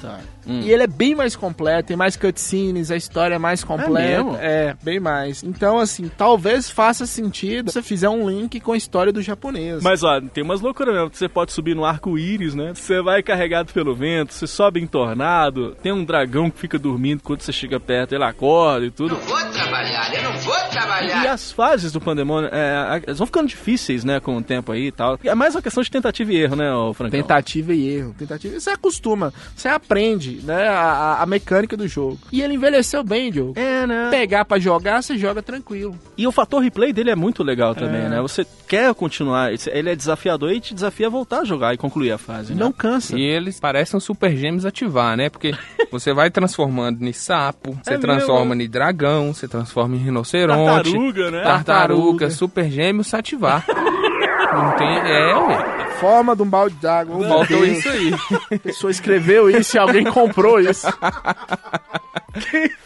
S6: E ele é bem mais completo, tem mais cutscenes, a história é mais completa.
S4: mesmo?
S6: É, bem mais. Então, assim, talvez faça sentido se você fizer um link com a história do japonês.
S4: Mas ó, tem umas loucuras mesmo. Você pode subir no arco-íris, né? Você vai carregado pelo vento, você sobe em tornado, tem um dragão que fica dormindo quando você chega perto, ele acorda e tudo.
S7: Vou trabalhar, eu não vou
S4: E
S7: trabalhar.
S4: as fases do Pandemônio, é, a- elas vão ficando difíceis, né, com o tempo aí e tal. É mais uma questão de tentativa e erro, né, ô Francão?
S6: Tentativa e erro. Tentativa. Você acostuma, você aprende, né? A, a- a mecânica do jogo. E ele envelheceu bem, Diogo.
S4: É, né?
S6: Pegar pra jogar, você joga tranquilo.
S4: E o fator replay dele é muito legal também,
S6: É.
S4: né? Você quer continuar, ele é desafiador e te desafia a voltar a jogar e concluir a fase, né?
S6: Não cansa.
S5: E eles parecem os super gêmeos ativar, né? Porque você vai transformando em sapo, você
S4: mesmo,
S5: transforma em dragão, você transforma em rinoceronte.
S4: Tartaruga, né?
S5: Tartaruga,
S4: Tartaruga.
S5: super gêmeos se ativar. Não tem. É, ué.
S6: Forma de um balde d'água. um
S5: Faltou
S6: balde.
S5: isso aí.
S6: A pessoa escreveu isso e alguém comprou isso.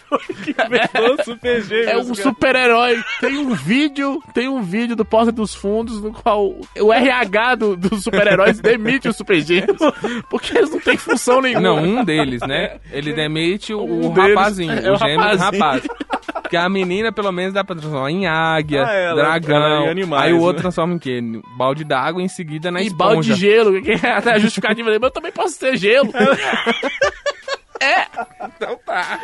S4: Não, super gêmeos,
S6: É um
S4: cara.
S6: super-herói. Tem um vídeo, tem um vídeo do Porta dos Fundos no qual o RH do- dos super-heróis demite os super gêmeos. Porque eles não têm função nenhuma.
S5: Não, um deles, né? Ele demite o, o
S6: Um deles.
S5: rapazinho,
S6: É,
S5: o
S6: o
S5: gêmeo do
S6: rapazinho.
S5: rapaz. Porque a menina, pelo menos, dá pra transformar em águia,
S4: Ah, ela-
S5: dragão.
S4: ela é animais,
S5: aí o
S4: né?
S5: outro transforma em quê? Em Balde d'água, em seguida na
S6: E
S5: esponja.
S6: balde de gelo, que é até a justificativa dele, mas eu também posso ser gelo. é, então tá.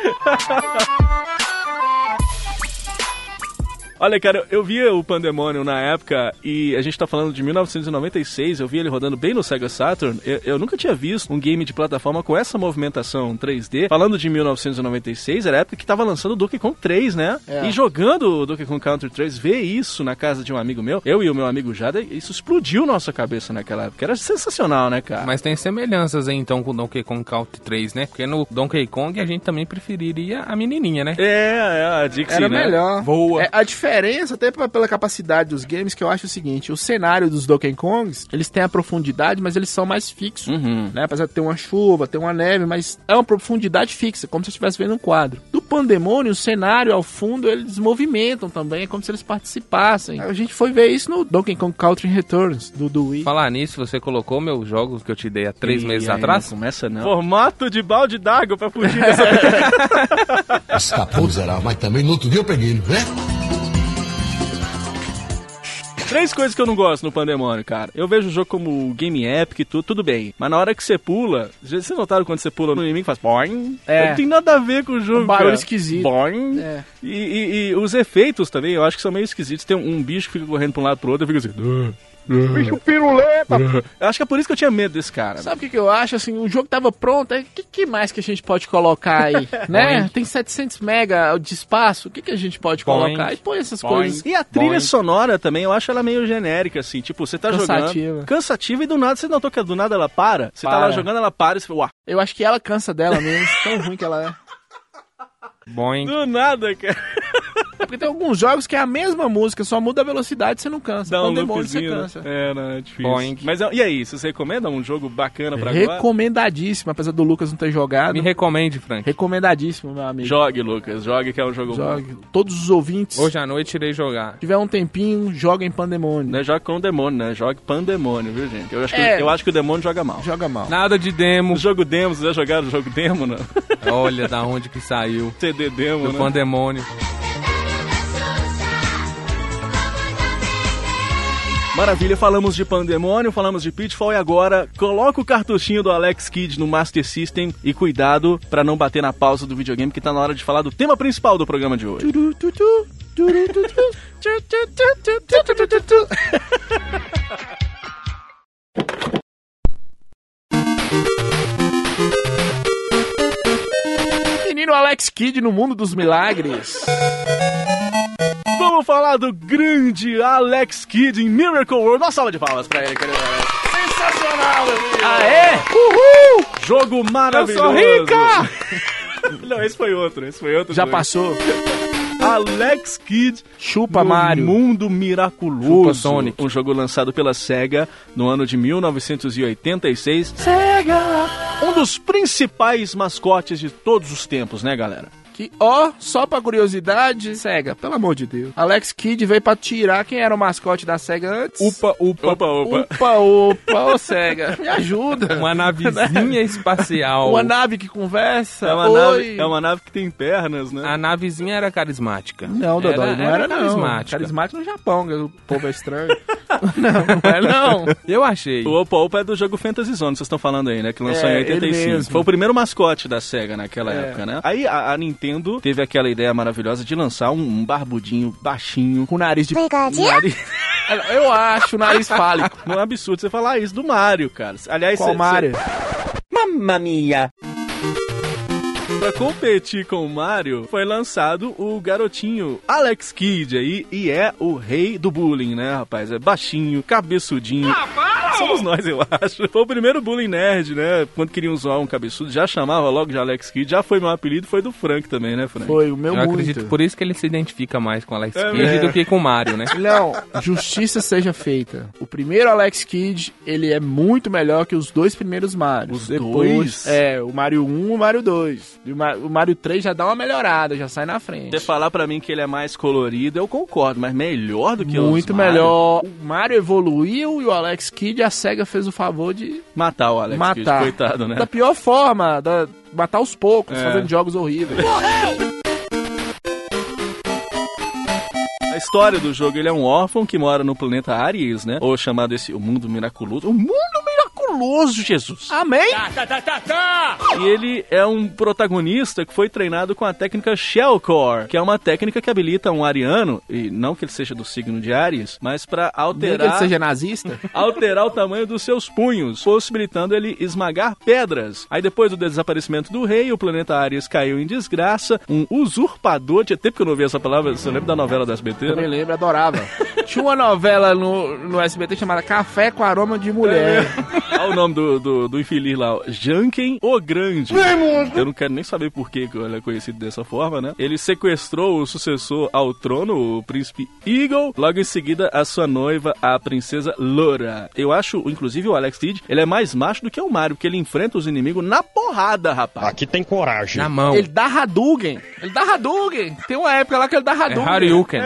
S4: Olha, cara, eu via o Pandemonium na época e a gente tá falando de 1996, eu vi ele rodando bem no Sega Saturn. Eu, eu nunca tinha visto um game de plataforma com essa movimentação 3D. Falando de 1996, era a época que tava lançando o Donkey Kong 3, né?
S6: É.
S4: E jogando o Donkey Kong Country 3, ver isso na casa de um amigo meu, eu e o meu amigo Jada, isso explodiu nossa cabeça naquela época. Era sensacional, né, cara?
S5: Mas tem semelhanças aí, então, com o Donkey Kong Country 3, né? Porque no Donkey Kong a gente também preferiria a menininha, né?
S4: É, é a Dixie,
S6: Era
S4: né?
S6: melhor.
S5: Voa.
S6: É, a diferença, até pra- pela capacidade dos games, que eu acho o seguinte: o cenário dos Donkey Kongs, eles têm a profundidade, mas eles são mais fixos.
S4: Uhum.
S6: Né? Apesar de ter uma chuva, ter uma neve, mas é uma profundidade fixa, como se você estivesse vendo um quadro. Do pandemônio, o cenário ao fundo, eles movimentam também, é como se eles participassem. A gente foi ver isso no Donkey Kong Country Returns, do, do Wii.
S5: Falar nisso, você colocou meus jogos que eu te dei há três
S4: Ih,
S5: meses
S4: aí,
S5: atrás?
S4: Não começa não. Formato de balde d'água pra fugir dessa
S13: Escapou do Zeral, mas também no outro dia eu peguei, né?
S4: Três coisas que eu não gosto no Pandemônio, cara. Eu vejo o jogo como game epic e tudo, tudo bem. Mas na hora que você pula, já- vocês notaram quando você pula no inimigo faz boing?
S6: É.
S4: Não tem nada a ver com o jogo,
S6: Um barulho
S4: cara.
S6: esquisito.
S4: Boing.
S6: É.
S4: E, e- e os efeitos também, eu acho que são meio esquisitos. Tem um, um bicho que fica correndo pra um lado pro outro e fica assim... Bicho piruleta! Eu acho que é por isso que eu tinha medo desse cara.
S6: É. Sabe o que, que eu acho? Assim, o jogo tava pronto, aí o que, que mais que a gente pode colocar aí? né? Tem 700 mega de espaço, o que, que a gente pode
S5: Boing.
S6: colocar? E põe essas coisas.
S4: E a trilha
S5: Boing.
S4: sonora também, eu acho ela meio genérica, assim. Tipo, você tá
S6: Cansativa.
S4: jogando... Cansativa. e do nada, você notou que do nada ela para? Você tá
S6: Para.
S4: lá jogando, ela para e você fala... Uá,
S6: Eu acho que ela cansa dela mesmo, tão ruim que ela é.
S5: Boing.
S4: do nada, cara.
S6: É Porque tem alguns jogos que é a mesma música, só muda a velocidade, você não cansa.
S4: Dá um
S6: Pandemônio, você
S4: loopzinho. né?
S6: cansa.
S4: É, não, é difícil.
S5: Boing.
S4: Mas e aí, vocês recomendam um jogo bacana pra agora?
S6: Recomendadíssimo, apesar do Lucas não ter jogado.
S5: Me recomende, Frank.
S6: Recomendadíssimo, meu amigo.
S4: Jogue, Lucas. Jogue que é um jogo bom.
S6: Jogue. Todos os ouvintes,
S5: Hoje à noite irei jogar.
S6: se tiver um tempinho, joga em Pandemônio.
S4: Não é jogue com o demônio, né? Jogue pandemônio, viu, gente? Eu acho,
S6: É.
S4: que, eu acho que o demônio joga mal.
S6: Joga mal.
S5: Nada de demo.
S4: O Um jogo demo, vocês já jogaram o jogo demo, não?
S5: Olha da onde que saiu.
S4: CD demo,
S5: Do
S4: né?
S5: pandemônio.
S4: Maravilha, falamos de Pandemônio, falamos de Pitfall e agora coloca o cartuchinho do Alex Kidd no Master System e cuidado pra não bater na pausa do videogame que tá na hora de falar do tema principal do programa de hoje.
S6: Turu, tu, tu, turu, tu, tu. Tu, tu, tu, tu, tu, tu, tu, tu, tu. Cid no Mundo dos Milagres.
S4: Vamos falar do grande Alex Kidd em Miracle World. Uma salva de palmas pra ele, querido Alex. Sensacional, meu amigo. Ah, é? Uhul! Jogo maravilhoso.
S6: Eu sou rica!
S4: ah! Não, esse foi outro, esse foi outro.
S6: Já
S4: doido.
S6: passou.
S4: Alex Kidd
S6: Chupa
S4: no
S6: Mario.
S4: Mundo Miraculoso.
S6: Chupa Sonic.
S4: Um jogo lançado pela SEGA no ano de 1986.
S6: Cega!
S4: Um dos principais mascotes de todos os tempos, né, galera?
S6: Que, ó, só pra curiosidade, SEGA, pelo amor de Deus. Alex Kidd veio pra tirar quem era o mascote da SEGA antes.
S4: Upa, upa, opa, opa.
S6: Opa, opa, ô SEGA, me ajuda.
S5: Uma navezinha espacial.
S6: Uma nave que conversa.
S4: É uma,
S6: Oi.
S4: nave, é uma nave que tem pernas, né?
S5: A navezinha era carismática.
S6: Não, Dodói,
S5: Era-
S6: não
S5: era
S6: era, não.
S5: carismática.
S6: Carismática no Japão, que o povo é estranho. não, não é não.
S5: Eu achei.
S4: O Opa Opa é do jogo Fantasy Zone, vocês estão falando aí, né? Que lançou
S6: É,
S4: em
S6: ele
S4: 85.
S6: mesmo.
S4: Foi o primeiro mascote da SEGA naquela
S6: É.
S4: época, né? Aí a, a Nintendo teve aquela ideia maravilhosa de lançar um, um barbudinho baixinho.
S6: Com o nariz de...
S4: Nariz...
S6: Eu acho o nariz fálico.
S4: Não é absurdo você falar isso do Mario, cara. Aliás,
S6: Qual
S4: você-
S6: Mario?
S2: Mamma mia!
S4: Pra competir com o Mario, foi lançado o garotinho Alex Kidd aí, e é o rei do bullying, né, rapaz? É baixinho, cabeçudinho. Somos nós, eu acho. Foi o primeiro bullying nerd, né? Quando queriam zoar um cabeçudo, já chamava logo de Alex Kidd. Já foi meu apelido, foi do Frank também, né, Frank?
S6: Foi o meu
S5: Eu
S6: muito.
S5: acredito que por isso que ele se identifica mais com Alex
S4: É
S5: Kidd
S4: mesmo.
S5: do que com o Mario, né?
S6: Não, justiça seja feita. O primeiro Alex Kidd, ele é muito melhor que os dois primeiros Marios.
S4: Os dois?
S6: É, o Mario 1 e o Mario 2. E o, Ma- o Mario 3 já dá uma melhorada, já sai na frente.
S4: Você falar pra mim que ele é mais colorido, eu concordo, mas melhor do que é os
S6: muito
S4: Mario?
S6: melhor. O Mario evoluiu e o Alex Kidd, a SEGA fez o favor de
S4: Matar o Alex Kidd,
S6: matar.
S4: coitado, né?
S6: Da pior forma, da- matar os poucos,
S4: É.
S6: fazendo jogos horríveis.
S4: A história do jogo, ele é um órfão que mora no planeta Aries, né? Ou chamado esse, o mundo miraculoso. O mundo miraculoso, Jesus!
S6: Amém?
S4: E ele é um protagonista que foi treinado com a técnica Shellcore, que é uma técnica que habilita um ariano, e não que ele seja do signo de Aries, mas pra
S6: Nem que ele
S4: alterar...
S6: seja nazista.
S4: alterar o tamanho dos seus punhos, possibilitando ele esmagar pedras. Aí depois do desaparecimento do rei, o planeta Ares caiu em desgraça, um usurpador, tinha tempo que eu não ouvi essa palavra, você lembra da novela da SBT?
S6: Eu me
S4: Né?
S6: lembro, adorava. Tinha uma novela no, no SBT chamada Café com Aroma de Mulher.
S4: Olha o nome do, do, do infeliz lá, ó. Janken o Grande. Eu não quero nem saber por que que ele é conhecido dessa forma, né? Ele sequestrou o sucessor ao trono, o príncipe Eagle, logo em seguida a sua noiva, a princesa Laura. Eu acho, inclusive, o Alex Kidd, ele é mais macho do que o Mario, porque ele enfrenta os inimigos na porrada, rapaz.
S1: Aqui tem coragem.
S5: Na mão.
S6: Ele dá Hadouken. Ele dá Hadouken. Tem uma época lá que ele dá
S5: É
S6: Hadouken.
S5: Haryuken.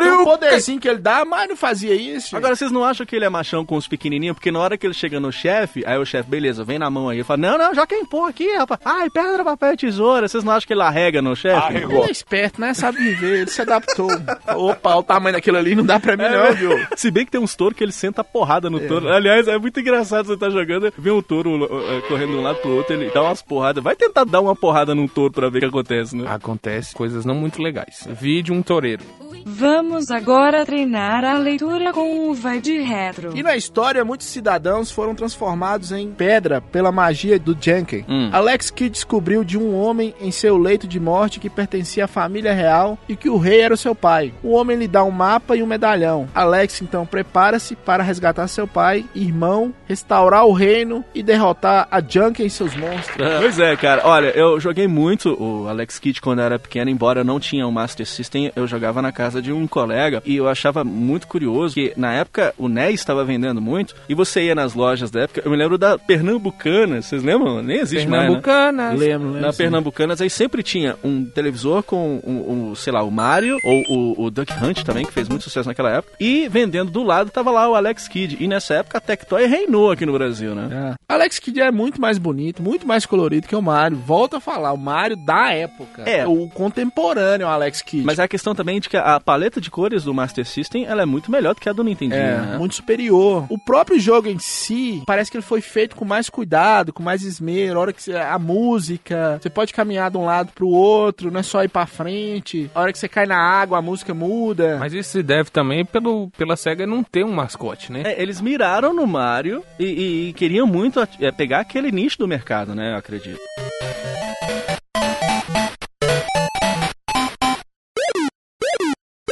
S6: Tem um poderzinho que ele dá, mas não fazia isso.
S4: Agora, vocês não acham que ele é machão com os pequenininhos? Porque na hora que ele chega no chefe, aí o chefe, beleza, vem na mão aí. Ele fala, não, não, já quem pô aqui, rapaz. Ai, pedra, papel e tesoura. Vocês não acham que ele arrega no chefe?
S6: Ele é esperto, né? Sabe viver, ele se adaptou. Opa, o tamanho daquilo ali não dá pra mim, não, viu?
S4: Se bem que tem uns touros que ele senta a porrada no touro. Aliás, é muito engraçado você tá jogando, vê um touro uh, uh, correndo de um lado pro outro, ele dá umas porradas. Vai tentar dar uma porrada num touro pra ver o que acontece,
S5: Ah.
S4: né?
S5: Acontece coisas não muito legais. Vide um toureiro.
S14: Vamos agora treinar a leitura com o vai de retro.
S6: E na história, muitos cidadãos foram transformados em pedra pela magia do Jenkin.
S4: Hum.
S6: Alex Kidd descobriu de um homem em seu leito de morte que pertencia à família real e que o rei era o seu pai. O homem lhe dá um mapa e um medalhão. Alex então prepara-se para resgatar seu pai, irmão, restaurar o reino e derrotar a Jenkin e seus monstros.
S4: Pois é, cara. Olha, eu joguei muito o Alex Kidd quando eu era pequeno, embora eu não tinha um Master System, eu jogava na casa de um colega e eu achava muito curioso que na época o NES estava vendendo muito e você ia nas lojas da época. Eu me lembro da Pernambucana, vocês lembram? Nem existe mais, né?
S5: Pernambucanas.
S6: Lembro, lembro.
S4: Na
S6: sim.
S4: Pernambucanas aí sempre tinha um televisor com o, o, sei lá, o Mario ou o, o Duck Hunt também, que fez muito sucesso naquela época. E vendendo do lado tava lá o Alex Kidd. E nessa época a Tectoy reinou aqui no Brasil, né?
S6: É. Alex Kidd é muito mais bonito, muito mais colorido que o Mario. Volto a falar, o Mario da época.
S4: É.
S6: O contemporâneo Alex Kidd.
S4: Mas é a questão também de que a paleta de cores do Master System ela é muito melhor do que a do Nintendinho,
S6: É,
S4: né?
S6: muito superior. O próprio jogo em si, parece que ele foi feito com mais cuidado, com mais esmero. A hora que você, a música, você pode caminhar de um lado pro outro, não é só ir pra frente. A hora que você cai na água, a música muda.
S5: Mas isso se deve também pelo, pela SEGA não ter um mascote, né?
S4: É, eles miraram no Mario e, e- e queriam muito é, pegar aquele nicho do mercado, né? Eu acredito.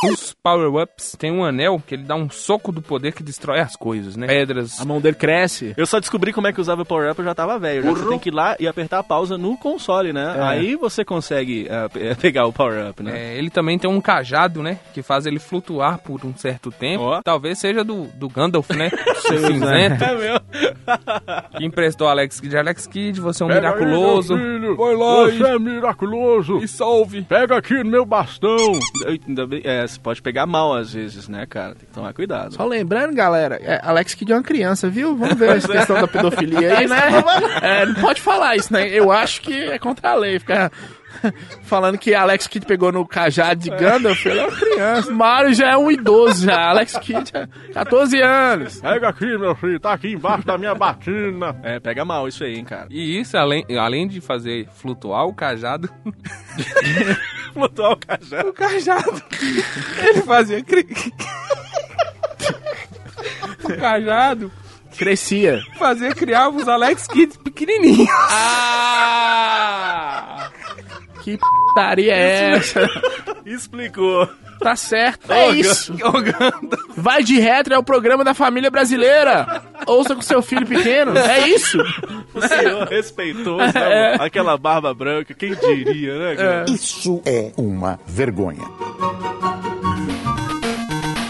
S5: Os power-ups tem um anel que ele dá um soco do poder que destrói as coisas, né? Pedras.
S6: A mão dele cresce.
S4: Eu só descobri como é que usava o Power Up, eu já tava velho. Já. Você tem que ir lá e apertar a pausa no console, né?
S5: É.
S4: Aí você consegue ah, pe- pegar o Power Up, né?
S5: É, ele também tem um cajado, né? Que faz ele flutuar por um certo tempo. Talvez seja do, do Gandalf,
S4: né?
S5: né? Cinzento.
S4: É
S5: que emprestou Alex Kidd. Alex Kidd, você é um
S15: Pega aí,
S5: miraculoso.
S15: meu filho.
S5: Foi lá
S15: Você é miraculoso.
S5: E salve.
S15: Pega aqui no meu bastão.
S4: Eita, ainda bem- É, você pode pegar mal às vezes, né, cara? Tem que tomar cuidado.
S6: Só lembrando, galera, é, Alex Kidd é uma criança, viu? Vamos ver essa questão da pedofilia aí, né? É, não pode falar isso, né? Eu acho que é contra a lei ficar falando que Alex Kidd pegou no cajado de Gandalf. Ele é uma criança. Mario já é um idoso já. Alex Kidd é 14 anos.
S15: Pega aqui, meu filho. Tá aqui embaixo da minha batina.
S4: É, pega mal isso aí, hein, cara.
S5: E isso, além, além de fazer flutuar o cajado,
S4: Flutuar o cajado.
S6: O cajado.
S5: ele fazia. cri- o cajado
S6: Crescia.
S5: fazia criar os Alex Kids pequenininhos.
S6: Ah! Que putaria é essa?
S4: Explicou.
S6: Tá certo. É
S4: Ô, Gan-
S6: isso. Vai de retro é o programa da família brasileira. Ouça com seu filho pequeno. É isso.
S4: O senhor respeitoso, né? aquela barba branca, quem diria, né, cara?
S8: Isso é uma vergonha.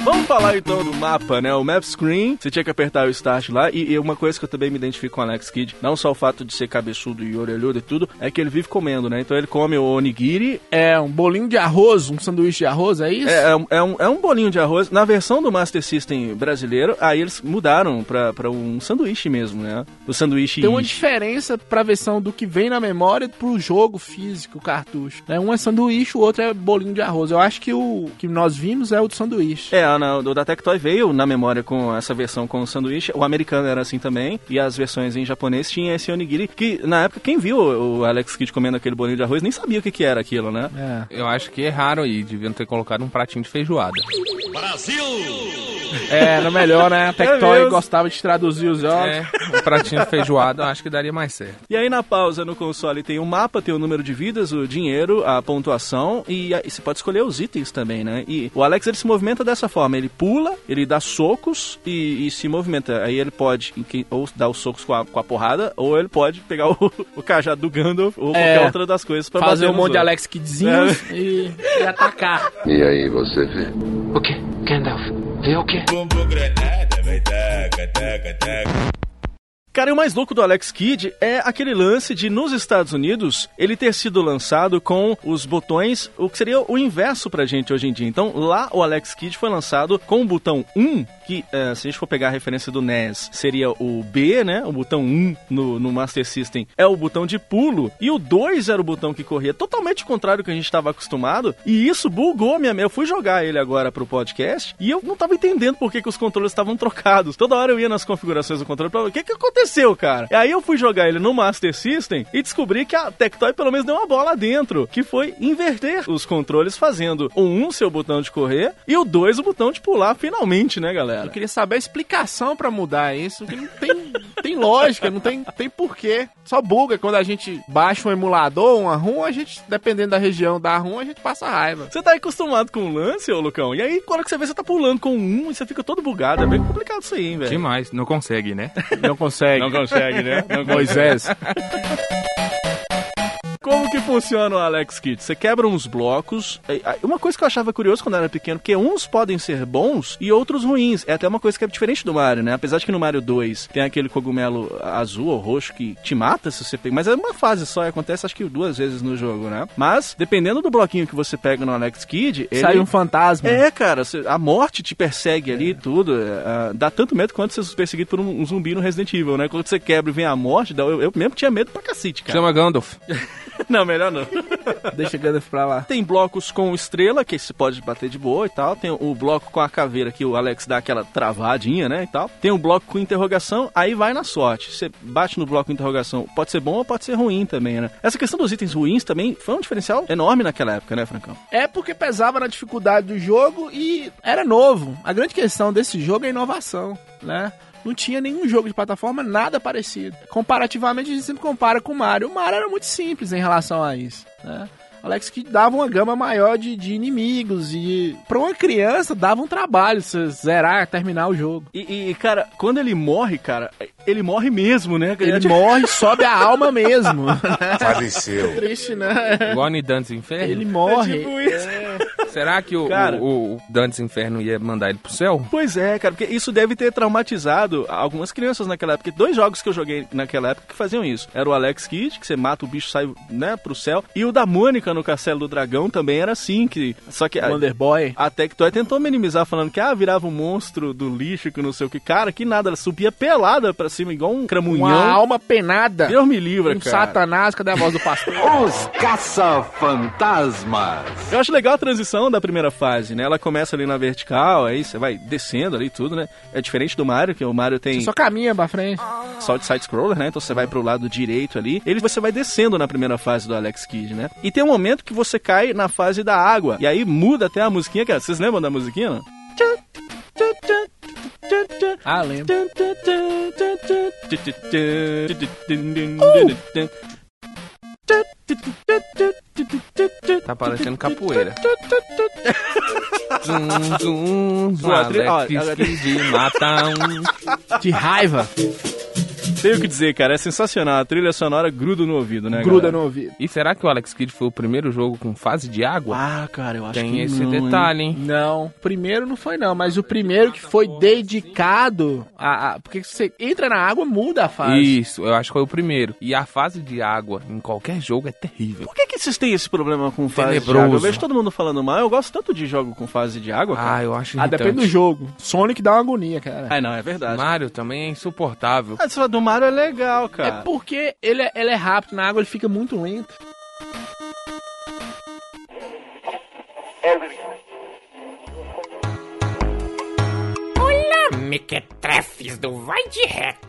S4: Vamos falar então do mapa, né? O map screen, você tinha que apertar o start lá. E, e uma coisa que eu também me identifico com o Alex Kidd, não só o fato de ser cabeçudo e orelhudo e tudo, é que ele vive comendo, né? Então ele come o onigiri.
S6: É um bolinho de arroz, um sanduíche de arroz, é isso?
S4: É, é um- é um, é um bolinho de arroz. Na versão do Master System brasileiro, aí eles mudaram pra, pra um sanduíche mesmo, né? O sanduíche.
S6: Tem um uma
S4: ishi.
S6: diferença pra versão do que vem na memória pro jogo físico, cartucho. né? Um é sanduíche, o outro é bolinho de arroz. Eu acho que o que nós vimos é o do sanduíche.
S4: É, a- na- o da Tectoy veio na memória com essa versão com o sanduíche. O americano era assim também. E as versões em japonês tinha esse onigiri. Que na época, quem viu o o Alex Kidd comendo aquele bolinho de arroz nem sabia o que, que era aquilo, né?
S6: É.
S5: Eu acho que erraram aí, deviam ter colocado um pratinho de feijoada.
S15: Brasil.
S6: É, era melhor, né? A
S4: É
S6: Tectoy
S4: mesmo.
S6: gostava de traduzir os jogos.
S5: É, um pratinho de feijoada eu acho que daria mais certo.
S4: E aí na pausa no console tem o mapa, tem o número de vidas, o dinheiro, a pontuação e, a- e você pode escolher os itens também, né? E o Alex ele se movimenta dessa forma, ele pula, ele dá socos e, e se movimenta. Aí ele pode em que- ou dar os socos com a, com a porrada, ou ele pode pegar o, o cajado do Gandalf ou
S6: É.
S4: qualquer outra das coisas pra bater
S6: Fazer um
S4: nos
S6: monte de
S4: outros.
S6: Alex Kidzinhos e, e atacar.
S13: E aí você vê? O quê? Gandalf, vê o quê?
S4: Cara, e o mais louco do Alex Kidd é aquele lance de, nos Estados Unidos, ele ter sido lançado com os botões, o que seria o inverso pra gente hoje em dia. Então, lá o Alex Kidd foi lançado com o botão 1, que, eh, se a gente for pegar a referência do NES, seria o B, né? O botão 1 no, no Master System é o botão de pulo, e o 2 era o botão que corria, totalmente contrário do que a gente estava acostumado, e isso bugou minha mente. Eu fui jogar ele agora pro podcast, e eu não tava entendendo por que, que os controles estavam trocados. Toda hora eu ia nas configurações do controle pra ver o que, que aconteceu, cara. E aí eu fui jogar ele no Master System e descobri que a Tectoy pelo menos deu uma bola dentro, que foi inverter os controles, fazendo o 1 seu botão de correr e o 2 o botão de pular, finalmente, né, galera?
S6: Eu queria saber a explicação pra mudar isso, que não tem, tem lógica, não tem, tem porquê. Só buga quando a gente baixa um emulador, uma ROM, a gente, dependendo da região da ROM, a gente passa raiva.
S4: Você tá acostumado com o lance, ô Lucão? E aí, quando que você vê, você tá pulando com um e você fica todo bugado. É bem complicado isso aí, hein, velho?
S5: Demais, não consegue, né?
S6: Não consegue.
S4: Não consegue, né? Não consegue.
S6: Moisés.
S4: Como que funciona o Alex Kidd? Você quebra uns blocos. É, é, Uma coisa que eu achava curioso quando eu era pequeno, porque uns podem ser bons e outros ruins. É até uma coisa que é diferente do Mario, né? Apesar de que no Mario 2 tem aquele cogumelo azul ou roxo que te mata se você pega. Mas é uma fase só, e acontece acho que duas vezes no jogo, né? Mas, dependendo do bloquinho que você pega no Alex Kidd, ele...
S6: Sai um fantasma.
S4: É, cara, cê- a morte te persegue ali e tudo. é, ah, dá tanto medo quanto ser perseguido por um, um zumbi no Resident Evil, né? Quando você quebra e vem a morte, dá- eu, eu mesmo tinha medo pra cacete, cara.
S5: Chama Gandalf.
S4: Não, melhor não.
S6: Deixa Gandalf pra lá.
S4: Tem blocos com estrela, que se pode bater de boa e tal. Tem o bloco com a caveira, que o Alex dá aquela travadinha, né, e tal. Tem o bloco com interrogação, aí vai na sorte. Você bate no bloco com interrogação, pode ser bom ou pode ser ruim também, né? Essa questão dos itens ruins também foi um diferencial enorme naquela época, né, Francão?
S6: É porque pesava na dificuldade do jogo e era novo. A grande questão desse jogo é a inovação, né? Não tinha nenhum jogo de plataforma nada parecido. Comparativamente, a gente sempre compara com o Mario. O Mario era muito simples em relação a isso, né? Alex Kidd dava uma gama maior de, de inimigos e pra uma criança dava um trabalho você zerar, terminar o jogo.
S4: E, e, cara, quando ele morre, cara, ele morre mesmo, né?
S6: Ele morre, sobe a alma mesmo.
S5: Faleceu.
S6: Triste, né?
S5: Igual em Dantes Inferno.
S6: Ele morre.
S4: tipo isso.
S5: Será que o,
S4: Cara.
S5: o- o Dantes Inferno ia mandar ele pro céu?
S4: Pois é, cara, porque isso deve ter traumatizado algumas crianças naquela época. Dois jogos que eu joguei naquela época que faziam isso. Era o Alex Kidd, que você mata o bicho sai né, pro céu. E o da Mônica no Castelo do Dragão também era assim. Que, só que a-
S6: Wonder Boy.
S4: a Tectoy tentou minimizar, falando que ah, virava um monstro do lixo, que não sei o que. Cara, que nada, ela subia pelada pra cima, igual um cramunhão.
S6: Uma alma penada.
S4: Deus me livra,
S6: um
S4: cara.
S6: satanás, cadê a voz do pastor?
S4: Os caça-fantasmas. Eu acho legal a transição da primeira fase, né? Ela começa ali na vertical, aí você vai descendo ali tudo, né? É diferente do Mario, que o Mario tem
S6: Só caminha pra frente.
S4: só de side-scroller, né? Então você vai pro lado direito ali. Ele você vai descendo na primeira fase do Alex Kidd, né? E tem um momento que você cai na fase da água. E aí muda até a musiquinha, cara. Vocês lembram da musiquinha, não?
S6: Ah, lembro.
S5: Tá parecendo capoeira.
S4: Uh!
S6: Tá.
S5: zum, zum, zum,
S4: Ó, a tri- ó,
S5: Alex
S4: a-
S5: Kidd mata um.
S6: Que raiva.
S4: Tenho que dizer, cara, é sensacional. A trilha sonora gruda no ouvido, né?
S6: Gruda
S4: galera?
S6: no ouvido.
S5: E será que o Alex Kidd foi o primeiro jogo com fase de água?
S4: Ah, cara, eu acho
S5: Tem
S4: que
S5: esse
S4: não, hein?
S5: detalhe, hein?
S6: Não, primeiro não foi não, mas o primeiro que foi dedicado a, a- porque você entra na água muda a fase.
S5: Isso, eu acho que foi o primeiro. E a fase de água em qualquer jogo é terrível.
S4: Por que, que vocês têm esse problema com fase de
S5: Tenebroso.
S4: água? Eu vejo todo mundo falando mal, eu gosto tanto de jogo com fase de água, cara.
S5: Ah, eu acho
S6: Ah, depende do jogo. Sonic dá uma agonia, cara.
S4: Ah, não, é verdade.
S5: Mario também é insuportável.
S4: Mas a do Mario é legal, cara.
S6: É porque ele, é- ele é rápido, na água ele fica muito lento.
S16: Olá, mequetrefes do Vai de Retro.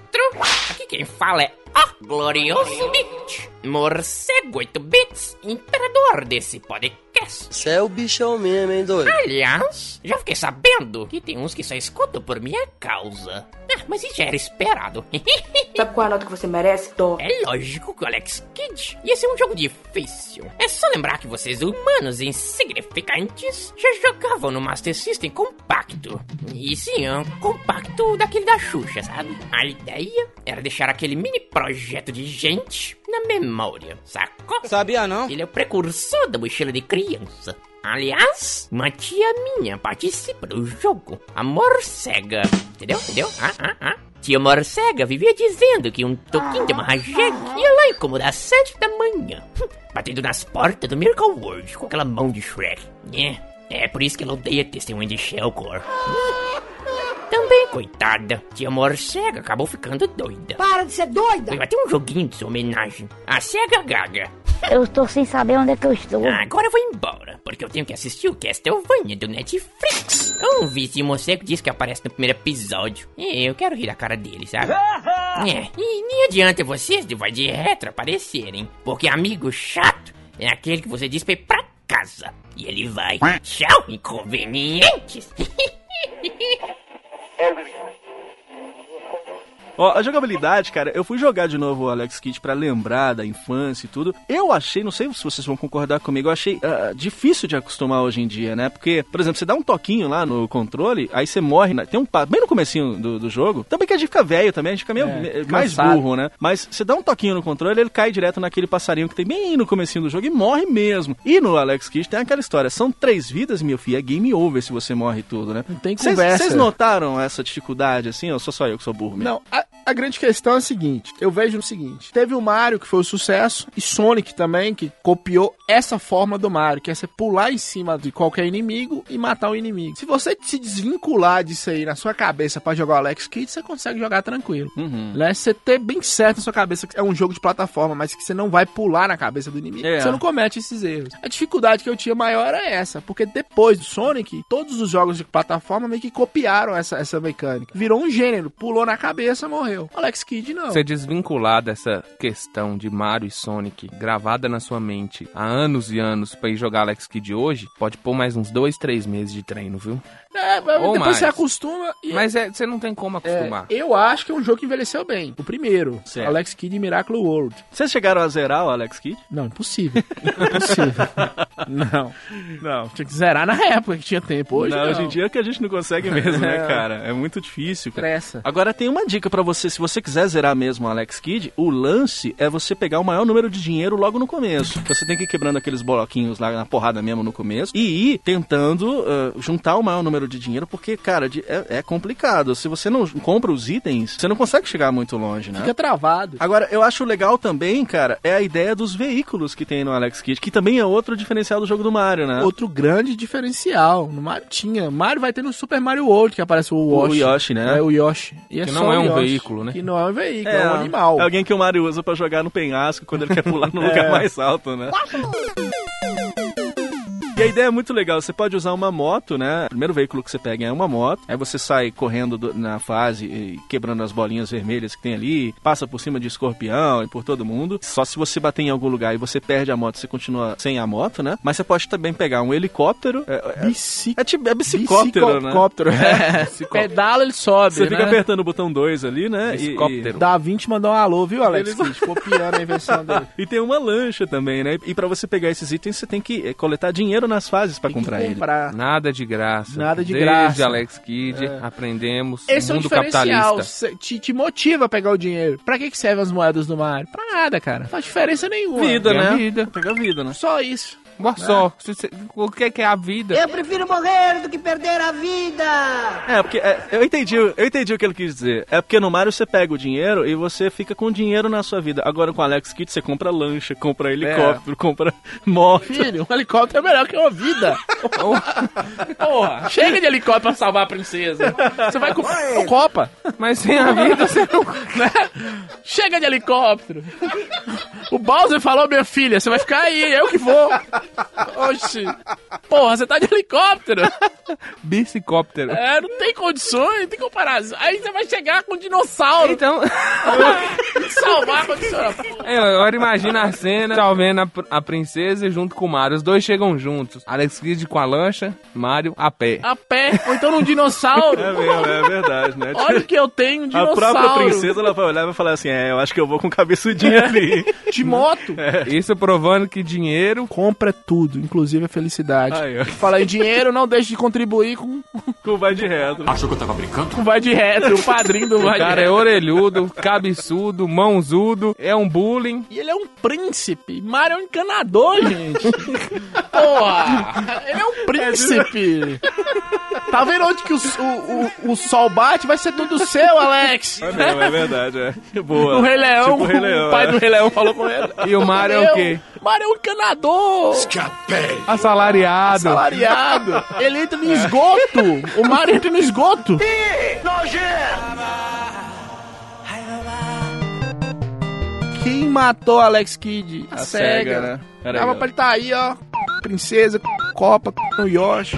S16: Aqui quem fala é o glorioso Bit, morcego 8 bits, imperador desse podcast. Você é o bichão mesmo, hein, doido? Aliás, já fiquei sabendo que tem uns que só escutam por minha causa. Ah, mas isso já era esperado.
S11: Sabe qual é a nota que você merece, Dó?
S16: É lógico que o Alex Kidd ia ser um jogo difícil. É só lembrar que vocês, humanos insignificantes, já jogavam no Master System compacto. E sim, é um compacto daquele da Xuxa, sabe? A ideia era deixar aquele mini projeto de gente na memória, sacou? Sabia não? Ele é o precursor da mochila de criança. Aliás, uma tia minha participa do jogo, a morcega. Entendeu? Entendeu? Ah, ah, ah. Tia morcega vivia dizendo que um toquinho de amarrajete ia lá incomodar às sete da manhã, Hum, batendo nas portas do Miracle World com aquela mão de Shrek. É, é por isso que ela odeia testemunho de Shelcore. Também, coitada, tia morcega acabou ficando doida.
S11: Para de ser doida!
S16: Vai ter um joguinho de sua homenagem. A cega gaga.
S11: Eu tô sem saber onde é que eu estou.
S16: Ah, Agora eu vou embora, porque eu tenho que assistir o Castlevania do Netflix. Um vizinho morcego diz que aparece no primeiro episódio. E eu quero rir da cara dele, sabe? é, e nem adianta vocês de vai de retro aparecerem, porque amigo chato é aquele que você diz pra ir pra casa. E ele vai. Tchau, inconvenientes!
S4: Ó, a jogabilidade, cara, eu fui jogar de novo o Alex Kidd pra lembrar da infância e tudo. Eu achei, não sei se vocês vão concordar comigo, eu achei ah, difícil de acostumar hoje em dia, né? Porque, por exemplo, você dá um toquinho lá no controle, aí você morre, né? tem um pa- bem no comecinho do, do jogo. Também que a gente fica velho também, a gente fica meio
S6: É,
S4: me-
S6: cansado.
S4: mais burro, né? Mas você dá um toquinho no controle, ele cai direto naquele passarinho que tem bem no comecinho do jogo e morre mesmo. E no Alex Kidd tem aquela história, são três vidas, meu filho, é game over se você morre e tudo, né? Não
S6: tem conversa.
S4: Vocês notaram essa dificuldade, assim? Ou sou só eu que sou burro mesmo?
S6: Não, a, a grande questão é a seguinte: eu vejo o seguinte: teve o Mario que foi o sucesso, e Sonic também, que copiou essa forma do Mario, que é você pular em cima de qualquer inimigo e matar o inimigo. Se você se desvincular disso aí na sua cabeça pra jogar o Alex Kidd, você consegue jogar tranquilo. Né? Você ter bem certo na sua cabeça que é um jogo de plataforma, mas que você não vai pular na cabeça do inimigo,
S4: É.
S6: você não comete esses erros. A dificuldade que eu tinha maior era essa, porque depois do Sonic, todos os jogos de plataforma meio que copiaram essa, essa mecânica. Virou um gênero, pulou na cabeça, morreu. meu. Alex Kidd não.
S5: Você desvincular dessa questão de Mario e Sonic gravada na sua mente há anos e anos pra ir jogar Alex Kidd hoje, pode pôr mais uns dois, três meses de treino, viu?
S6: É, mas
S5: Ou
S6: depois
S5: mais.
S6: você acostuma e.
S5: Mas é, você não tem como acostumar.
S6: eu acho que é um jogo que envelheceu bem. O primeiro, Alex Kidd e Miracle World.
S4: Vocês chegaram a zerar o Alex Kidd?
S6: Não, impossível. impossível. Não. Não. Tinha que zerar na época que tinha tempo. Hoje não.
S4: Não, hoje em dia é que a gente não consegue mesmo, né,
S6: É.
S4: cara? É muito difícil. cara.
S6: Pressa.
S4: Agora tem uma dica pra você, se você quiser zerar mesmo o Alex Kidd, o lance é você pegar o maior número de dinheiro logo no começo. Você tem que ir quebrando aqueles bloquinhos lá na porrada mesmo no começo e ir tentando ah, juntar o maior número de dinheiro, porque, cara, de- é, é complicado. Se você não compra os itens, você não consegue chegar muito longe, né?
S6: Fica travado.
S4: Agora, eu acho legal também, cara, é a ideia dos veículos que tem no Alex Kidd, que também é outro diferencial do jogo do Mario, né?
S6: Outro grande diferencial. No Mario tinha. Mario vai ter no Super Mario World que aparece o Yoshi.
S4: O Yoshi, né?
S6: É o Yoshi. E é
S5: Que
S6: só
S5: não é
S6: o
S5: um
S6: Yoshi.
S5: veículo, né?
S6: Que não é um veículo, é, um animal.
S4: É alguém que o Mario usa pra jogar no penhasco quando ele quer pular no
S6: É.
S4: lugar mais alto, né? E a ideia é muito legal, você pode usar uma moto, né? O primeiro veículo que você pega é uma moto, aí você sai correndo do- na fase, e quebrando as bolinhas vermelhas que tem ali, passa por cima de escorpião e por todo mundo. Só se você bater em algum lugar e você perde a moto, você continua sem a moto, né? Mas você pode também pegar um helicóptero. É, é, é tipo- é bicicóptero, né?
S6: Bicicóptero, é.
S4: Bicicóptero.
S6: Pedala, ele sobe.
S4: Você fica
S6: né?
S4: apertando o botão 2 ali, né? E- e-
S6: Da 20 mandou um alô, viu, Alex?
S4: Eles-
S6: Kidd? Copiando a invenção dele.
S4: e tem uma lancha também, né? E pra você pegar esses itens, você tem que eh, coletar dinheiro nas fases pra comprar ele.
S6: Comprar.
S5: Nada de graça.
S6: Nada de
S5: Desde
S6: graça. É.
S5: Alex Kidd, aprendemos.
S6: Esse é um
S5: mundo
S6: diferencial.
S5: capitalista.
S6: cê- Te, te motiva a pegar o dinheiro. Pra que, que servem as moedas do Mario? Pra nada, cara. Não faz diferença nenhuma. É
S5: Vida, né?
S4: Vida. Pega vida, né?
S6: Só isso.
S5: Boa só. Se cê- O que é que é a vida?
S17: prefiro morrer do que perder a vida!
S4: É, porque é, eu entendi, eu entendi o que ele quis dizer. É porque no Mario você pega o dinheiro e você fica com dinheiro na sua vida. Agora com o Alex Kidd você compra lancha, compra
S6: É.
S4: helicóptero, compra moto.
S6: Filho, um helicóptero é melhor que uma vida. Porra, chega de helicóptero pra salvar a princesa. Você vai com com Copa. Né?
S5: Mas sem a vida você não...
S6: Chega de helicóptero. O Bowser falou, minha filha, você vai ficar aí, eu que vou. Oxi. Porra, você tá de helicóptero.
S5: Bicicóptero.
S6: É, não tem condições, não tem comparação. Aí você vai chegar com um dinossauro.
S5: Então...
S6: Salvar com o dinossauro.
S5: É, Agora imagina a cena, tá vendo a, pr- a princesa junto com o Mario. Os dois chegam juntos. Alex Kidd com a lancha, Mario a pé.
S6: A pé, ou então num dinossauro.
S4: É mesmo, é verdade, né?
S6: Olha o que eu tenho, um
S4: A
S6: dinossauro.
S4: própria princesa ela vai olhar e vai falar assim: É, eu acho que eu vou com cabeçudinha ali.
S6: De moto.
S5: Isso provando que dinheiro...
S6: Compra tudo, inclusive a felicidade.
S5: Aí, ó.
S6: Falar em dinheiro, não deixe de contribuir com,
S4: com vai de reto.
S5: Achou que eu tava brincando?
S6: com Vai de Reto, o padrinho do
S5: O
S6: Vai de
S5: cara é
S6: Reto.
S5: orelhudo, cabeçudo, mãozudo, é um bullying.
S6: E ele é um príncipe. Mario é um encanador, gente. Porra! Ele é um príncipe. Tá vendo onde que o, o, o, o sol bate? Vai ser tudo seu, Alex.
S5: Tipo
S4: É mesmo, é verdade, é. Boa.
S6: O Rei Leão,
S4: Tipo o Rei Leão,
S6: pai
S4: é.
S6: do Rei Leão falou com ele.
S5: E o Mario é o quê?
S6: Mario é um encanador.
S5: Assalariado.
S6: Salariado. Ele entra no esgoto. O Mario entra no esgoto. Quem matou Alex Kidd?
S4: A Sega, né? Era
S6: Dava
S4: eu.
S6: pra ele tá aí, ó. Princesa, Copa, no Yoshi.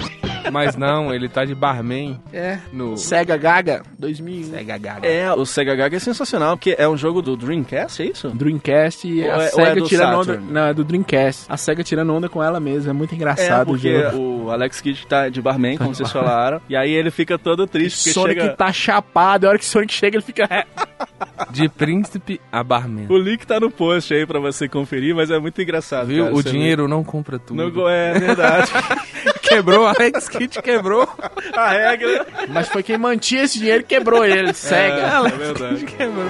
S5: Mas não, ele tá de barman
S6: É.
S5: no...
S6: Sega Gaga 2001.
S5: Sega Gaga.
S4: É, o Sega Gaga é sensacional, porque é um jogo do Dreamcast, é isso?
S6: Dreamcast e
S4: Ou
S6: a
S4: é- ou é
S6: SEGA
S4: do
S6: tirando onda.
S4: Saturn?
S6: Não, é do Dreamcast. A SEGA tirando onda com ela mesma. É muito
S4: É,
S6: engraçado
S4: porque
S6: o jogo.
S4: o Alex Kidd tá de barman, como vocês falaram, e aí ele fica todo triste, porque
S6: Sonic
S4: chega...
S6: tá chapado, a hora que Sonic chega, ele fica. é,
S5: De príncipe a barman.
S4: O link tá no post aí pra você conferir, mas é muito engraçado.
S5: Viu?
S4: cara,
S5: o
S4: você
S5: dinheiro não compra
S4: vê.
S5: tudo.
S4: Não go- é verdade.
S5: Quebrou, Alex Kidd quebrou.
S4: A regra.
S6: Mas foi quem mantinha esse dinheiro e quebrou ele. SEGA.
S4: É, é verdade.
S5: Quebrou.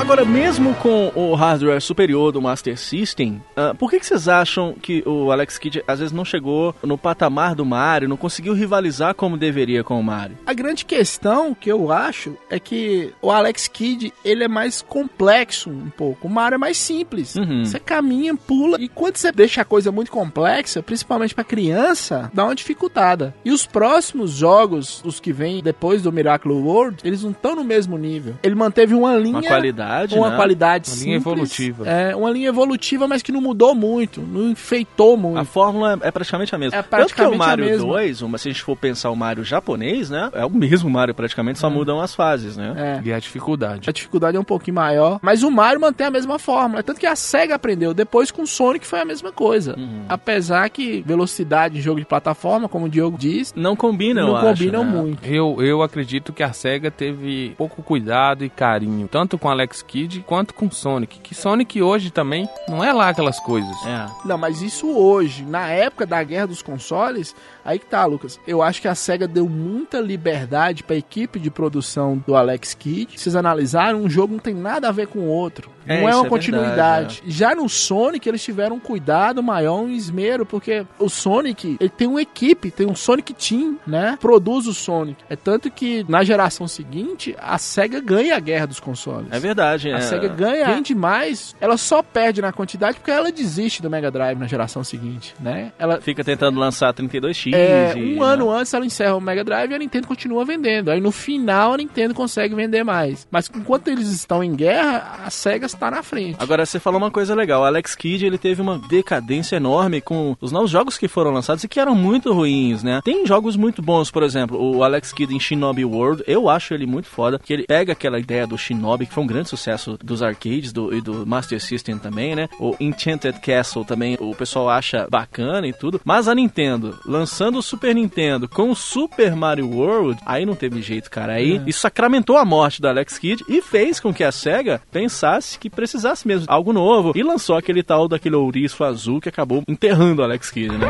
S4: Agora, mesmo com o hardware superior do Master System, ah, por que, que vocês acham que o Alex Kidd às vezes não chegou no patamar do Mario, não conseguiu rivalizar como deveria com o Mario?
S6: A grande questão que eu acho é que o Alex Kidd, ele é mais complexo um pouco. O Mario é mais simples.
S4: Uhum.
S6: Você caminha, pula e quando você deixa a coisa muito complexa, principalmente pra criança, dá uma dificultada. E os próximos jogos, os que vêm depois do Miracle World, eles não estão no mesmo nível. Ele manteve uma linha
S4: qualidade,
S6: uma
S4: né?
S6: qualidade
S4: Uma linha
S6: simples,
S4: evolutiva.
S6: É, uma linha evolutiva, mas que não mudou muito, não enfeitou muito.
S4: A fórmula é praticamente a mesma.
S6: É
S4: Tanto que o
S6: praticamente a
S4: Mario
S6: mesma.
S4: 2, uma- se a gente for pensar o Mario japonês, né? É o mesmo Mario praticamente,
S6: É.
S4: só mudam as fases, né?
S5: E a dificuldade.
S6: A dificuldade é um pouquinho maior, mas o Mario mantém a mesma fórmula. Tanto que a SEGA aprendeu. Depois com o Sonic foi a mesma coisa.
S5: Uhum.
S6: Apesar que velocidade em jogo de plataforma, como o Diogo diz,
S4: não combinam,
S6: não
S5: eu acho,
S6: combinam
S5: né?
S6: muito.
S5: Eu, eu acredito que a SEGA teve pouco cuidado e carinho, tanto com Alex Kidd quanto com Sonic. Que Sonic hoje também não é lá aquelas coisas.
S4: É,
S6: Não, mas isso hoje, na época da guerra dos consoles, aí que tá, Lucas. Eu acho que a SEGA deu muita liberdade pra equipe de produção do Alex Kidd. Vocês analisaram, um jogo não tem nada a ver com o outro.
S4: É,
S6: não é
S4: isso
S6: uma
S4: é
S6: continuidade. Já no Sonic, eles tiveram um cuidado maior, um esmero, porque o Sonic, ele tem uma equipe, tem um Sonic Team, né? Produz o Sonic. É tanto que, na geração seguinte, a SEGA ganha a guerra dos consoles.
S4: É verdade,
S6: A
S4: é.
S6: SEGA ganha, vende mais, ela só perde na quantidade porque ela desiste do Mega Drive na geração seguinte, né? Ela
S4: Fica tentando lançar 32X.
S6: é,
S4: e,
S6: um
S4: né?
S6: ano antes ela encerra o Mega Drive e a Nintendo continua vendendo. Aí no final a Nintendo consegue vender mais. Mas enquanto eles estão em guerra, a SEGA está na frente.
S4: Agora, você falou uma coisa legal. O Alex Kidd, ele teve uma decadência enorme com os novos jogos que foram lançados e que eram muito ruins, né? Tem jogos muito bons, por exemplo, o Alex Kidd em Shinobi World. Eu acho ele muito foda, que ele pega aquela ideia do Shinobi, que foi um grande sucesso dos arcades do, e do Master System também, né? O Enchanted Castle também, o pessoal acha bacana e tudo. Mas a Nintendo, lançando o Super Nintendo com o Super Mario World, aí não teve jeito, cara. Aí
S6: É.
S4: isso sacramentou a morte da Alex Kidd e fez com que a SEGA pensasse que precisasse mesmo de algo novo e lançou aquele tal daquele ouriço azul que acabou enterrando a Alex Kidd, né?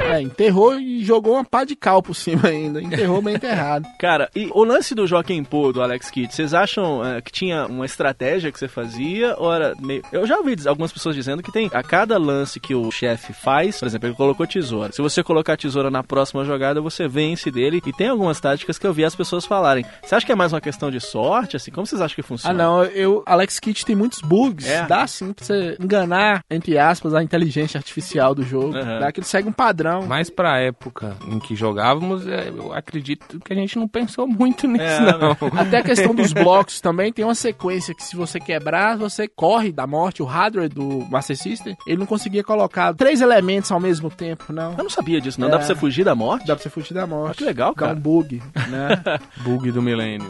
S6: É, enterrou e jogou uma pá de cal por cima ainda. Enterrou bem enterrado.
S4: Cara, e o lance do Joaquim Pô, do Alex Kidd, vocês acham eh, que tinha uma estratégia que você fazia? Ou era meio... Eu já ouvi diz- algumas pessoas dizendo que tem a cada lance que o chefe faz, por exemplo, ele colocou tesoura. Se você colocar tesoura na próxima jogada, você vence dele. E tem algumas táticas que eu vi as pessoas falarem. Você acha que é mais uma questão de sorte? Assim, como vocês acham que
S6: Ah,
S4: funciona?
S6: não, eu. Alex Kidd tem muitos bugs.
S4: É.
S6: Dá sim pra você enganar, entre aspas, a inteligência artificial do jogo. Dá que ele segue um padrão.
S5: Mas pra época em que jogávamos, é, eu acredito que a gente não pensou
S4: É,
S5: muito nisso,
S4: né?
S5: não.
S6: Até a questão dos blocos também tem uma sequência que se você quebrar, você corre da morte. O hardware do Master System, ele não conseguia colocar três elementos ao mesmo tempo, não.
S4: Eu não sabia disso, não.
S6: É.
S4: Dá pra você fugir da morte?
S6: Dá pra você fugir da morte.
S4: que legal, cara.
S6: Dá um bug, né?
S5: Bug do milênio.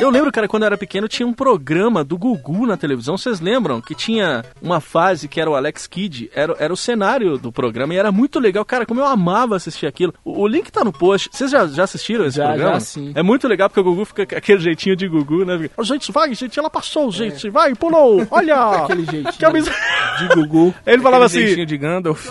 S4: Eu lembro, cara, quando eu era pequeno tinha um programa do Gugu na televisão. Vocês lembram que tinha uma fase que era o Alex Kidd, era, era o cenário do programa e era muito legal. Cara, como eu amava assistir aquilo. O, o link tá no post. Vocês já, já assistiram esse
S6: Já,
S4: programa?
S6: já, sim.
S4: É muito legal porque o Gugu fica com aquele jeitinho de Gugu, né? Fica, "Ó, gente, vai, gente, ela passou, gente, vai, pulou, olha.
S6: É. Aquele jeitinho
S4: Camisa...
S6: de Gugu.
S4: Ele falava
S5: Aquele
S4: assim.
S5: jeitinho de Gandalf.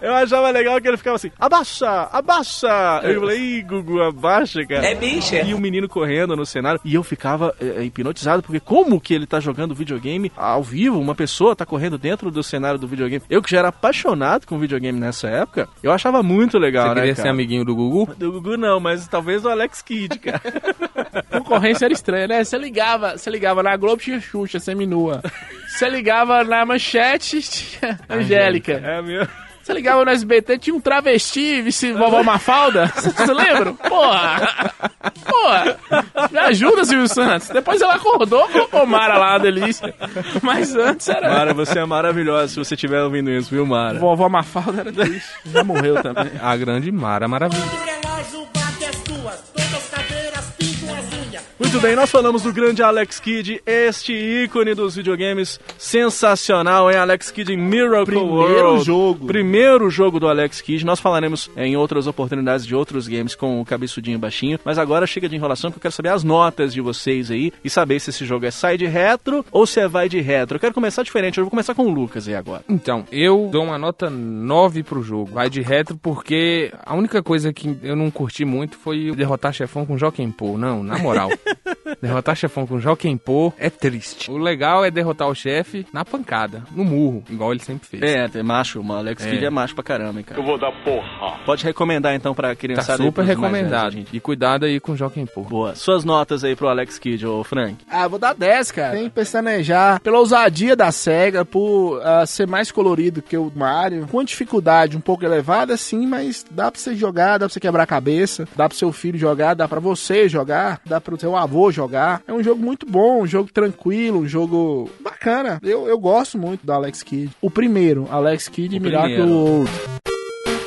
S4: Eu achava legal que ele ficava assim, abaixa, abaixa. Eu falei, Ih, Gugu, abaixa, cara.
S2: É bicha.
S4: E o menino correndo no cenário. E eu ficava eh, hipnotizado, porque como que ele tá jogando videogame ao vivo? Uma pessoa tá correndo dentro do cenário do videogame. Eu que já era apaixonado com videogame nessa época, eu achava muito legal,
S5: Você
S4: né,
S5: queria
S4: cara?
S5: ser amiguinho do Gugu?
S4: Do Gugu não, mas talvez do Alex Kidd, cara.
S6: Concorrência era estranha, né? Você ligava, você ligava na Globo, tinha Xuxa, seminua. Você ligava na Manchete, tinha Angélica.
S4: É mesmo.
S6: Você ligava no SBT, tinha um travesti, vice vovó Mafalda. Vocês lembram? Porra! Porra! Me ajuda, Silvio Santos. Depois ela acordou, colocou Mara lá, uma delícia. Mas antes era...
S4: Mara, você é maravilhosa se você estiver ouvindo isso, viu, Mara?
S6: Vovó Mafalda era triste. Já morreu também.
S5: A grande Mara Maravilha.
S4: Muito bem, nós falamos do grande Alex Kidd, este ícone dos videogames sensacional, hein? Alex Kidd em Miracle
S6: Primeiro
S4: World.
S6: jogo.
S4: Primeiro jogo do Alex Kidd. Nós falaremos eh, em outras oportunidades de outros games com o cabeçudinho baixinho, mas agora chega de enrolação que eu quero saber as notas de vocês aí e saber se esse jogo é side retro ou se é vai de retro. Eu quero começar diferente, eu vou começar com o Lucas aí agora.
S5: Então, eu dou uma nota 9 pro jogo. Vai de retro porque a única coisa que eu não curti muito foi derrotar chefão com Joaquim Pô. Não, na moral. derrotar chefão com Joaquim Pô é triste. O legal é derrotar o chefe na pancada, no murro, igual ele sempre fez. Tá
S4: É, é macho, mano. Alex Kidd é macho pra caramba, hein, cara.
S15: Eu vou dar porra.
S4: Pode recomendar então pra
S5: Tá
S4: criançada. e
S5: super
S4: pros mais
S5: recomendado.
S4: velhos, gente.
S5: E cuidado aí com o Joaquim Pô.
S4: Boa. Suas notas aí pro Alex Kidd, ô Frank.
S6: Ah, vou dar 10, cara. Tem pestanejar. Pela ousadia da SEGA, por ah, ser mais colorido que o Mario. Com dificuldade um pouco elevada, sim, mas dá pra você jogar, dá pra você quebrar a cabeça, dá pro seu filho jogar, dá pra você jogar, dá pro seu avô jogar. É um jogo muito bom, um jogo tranquilo, um jogo bacana. Eu, eu gosto muito do Alex Kidd. O primeiro, Alex Kidd e
S4: O
S6: Miracle
S4: primeiro.
S6: World.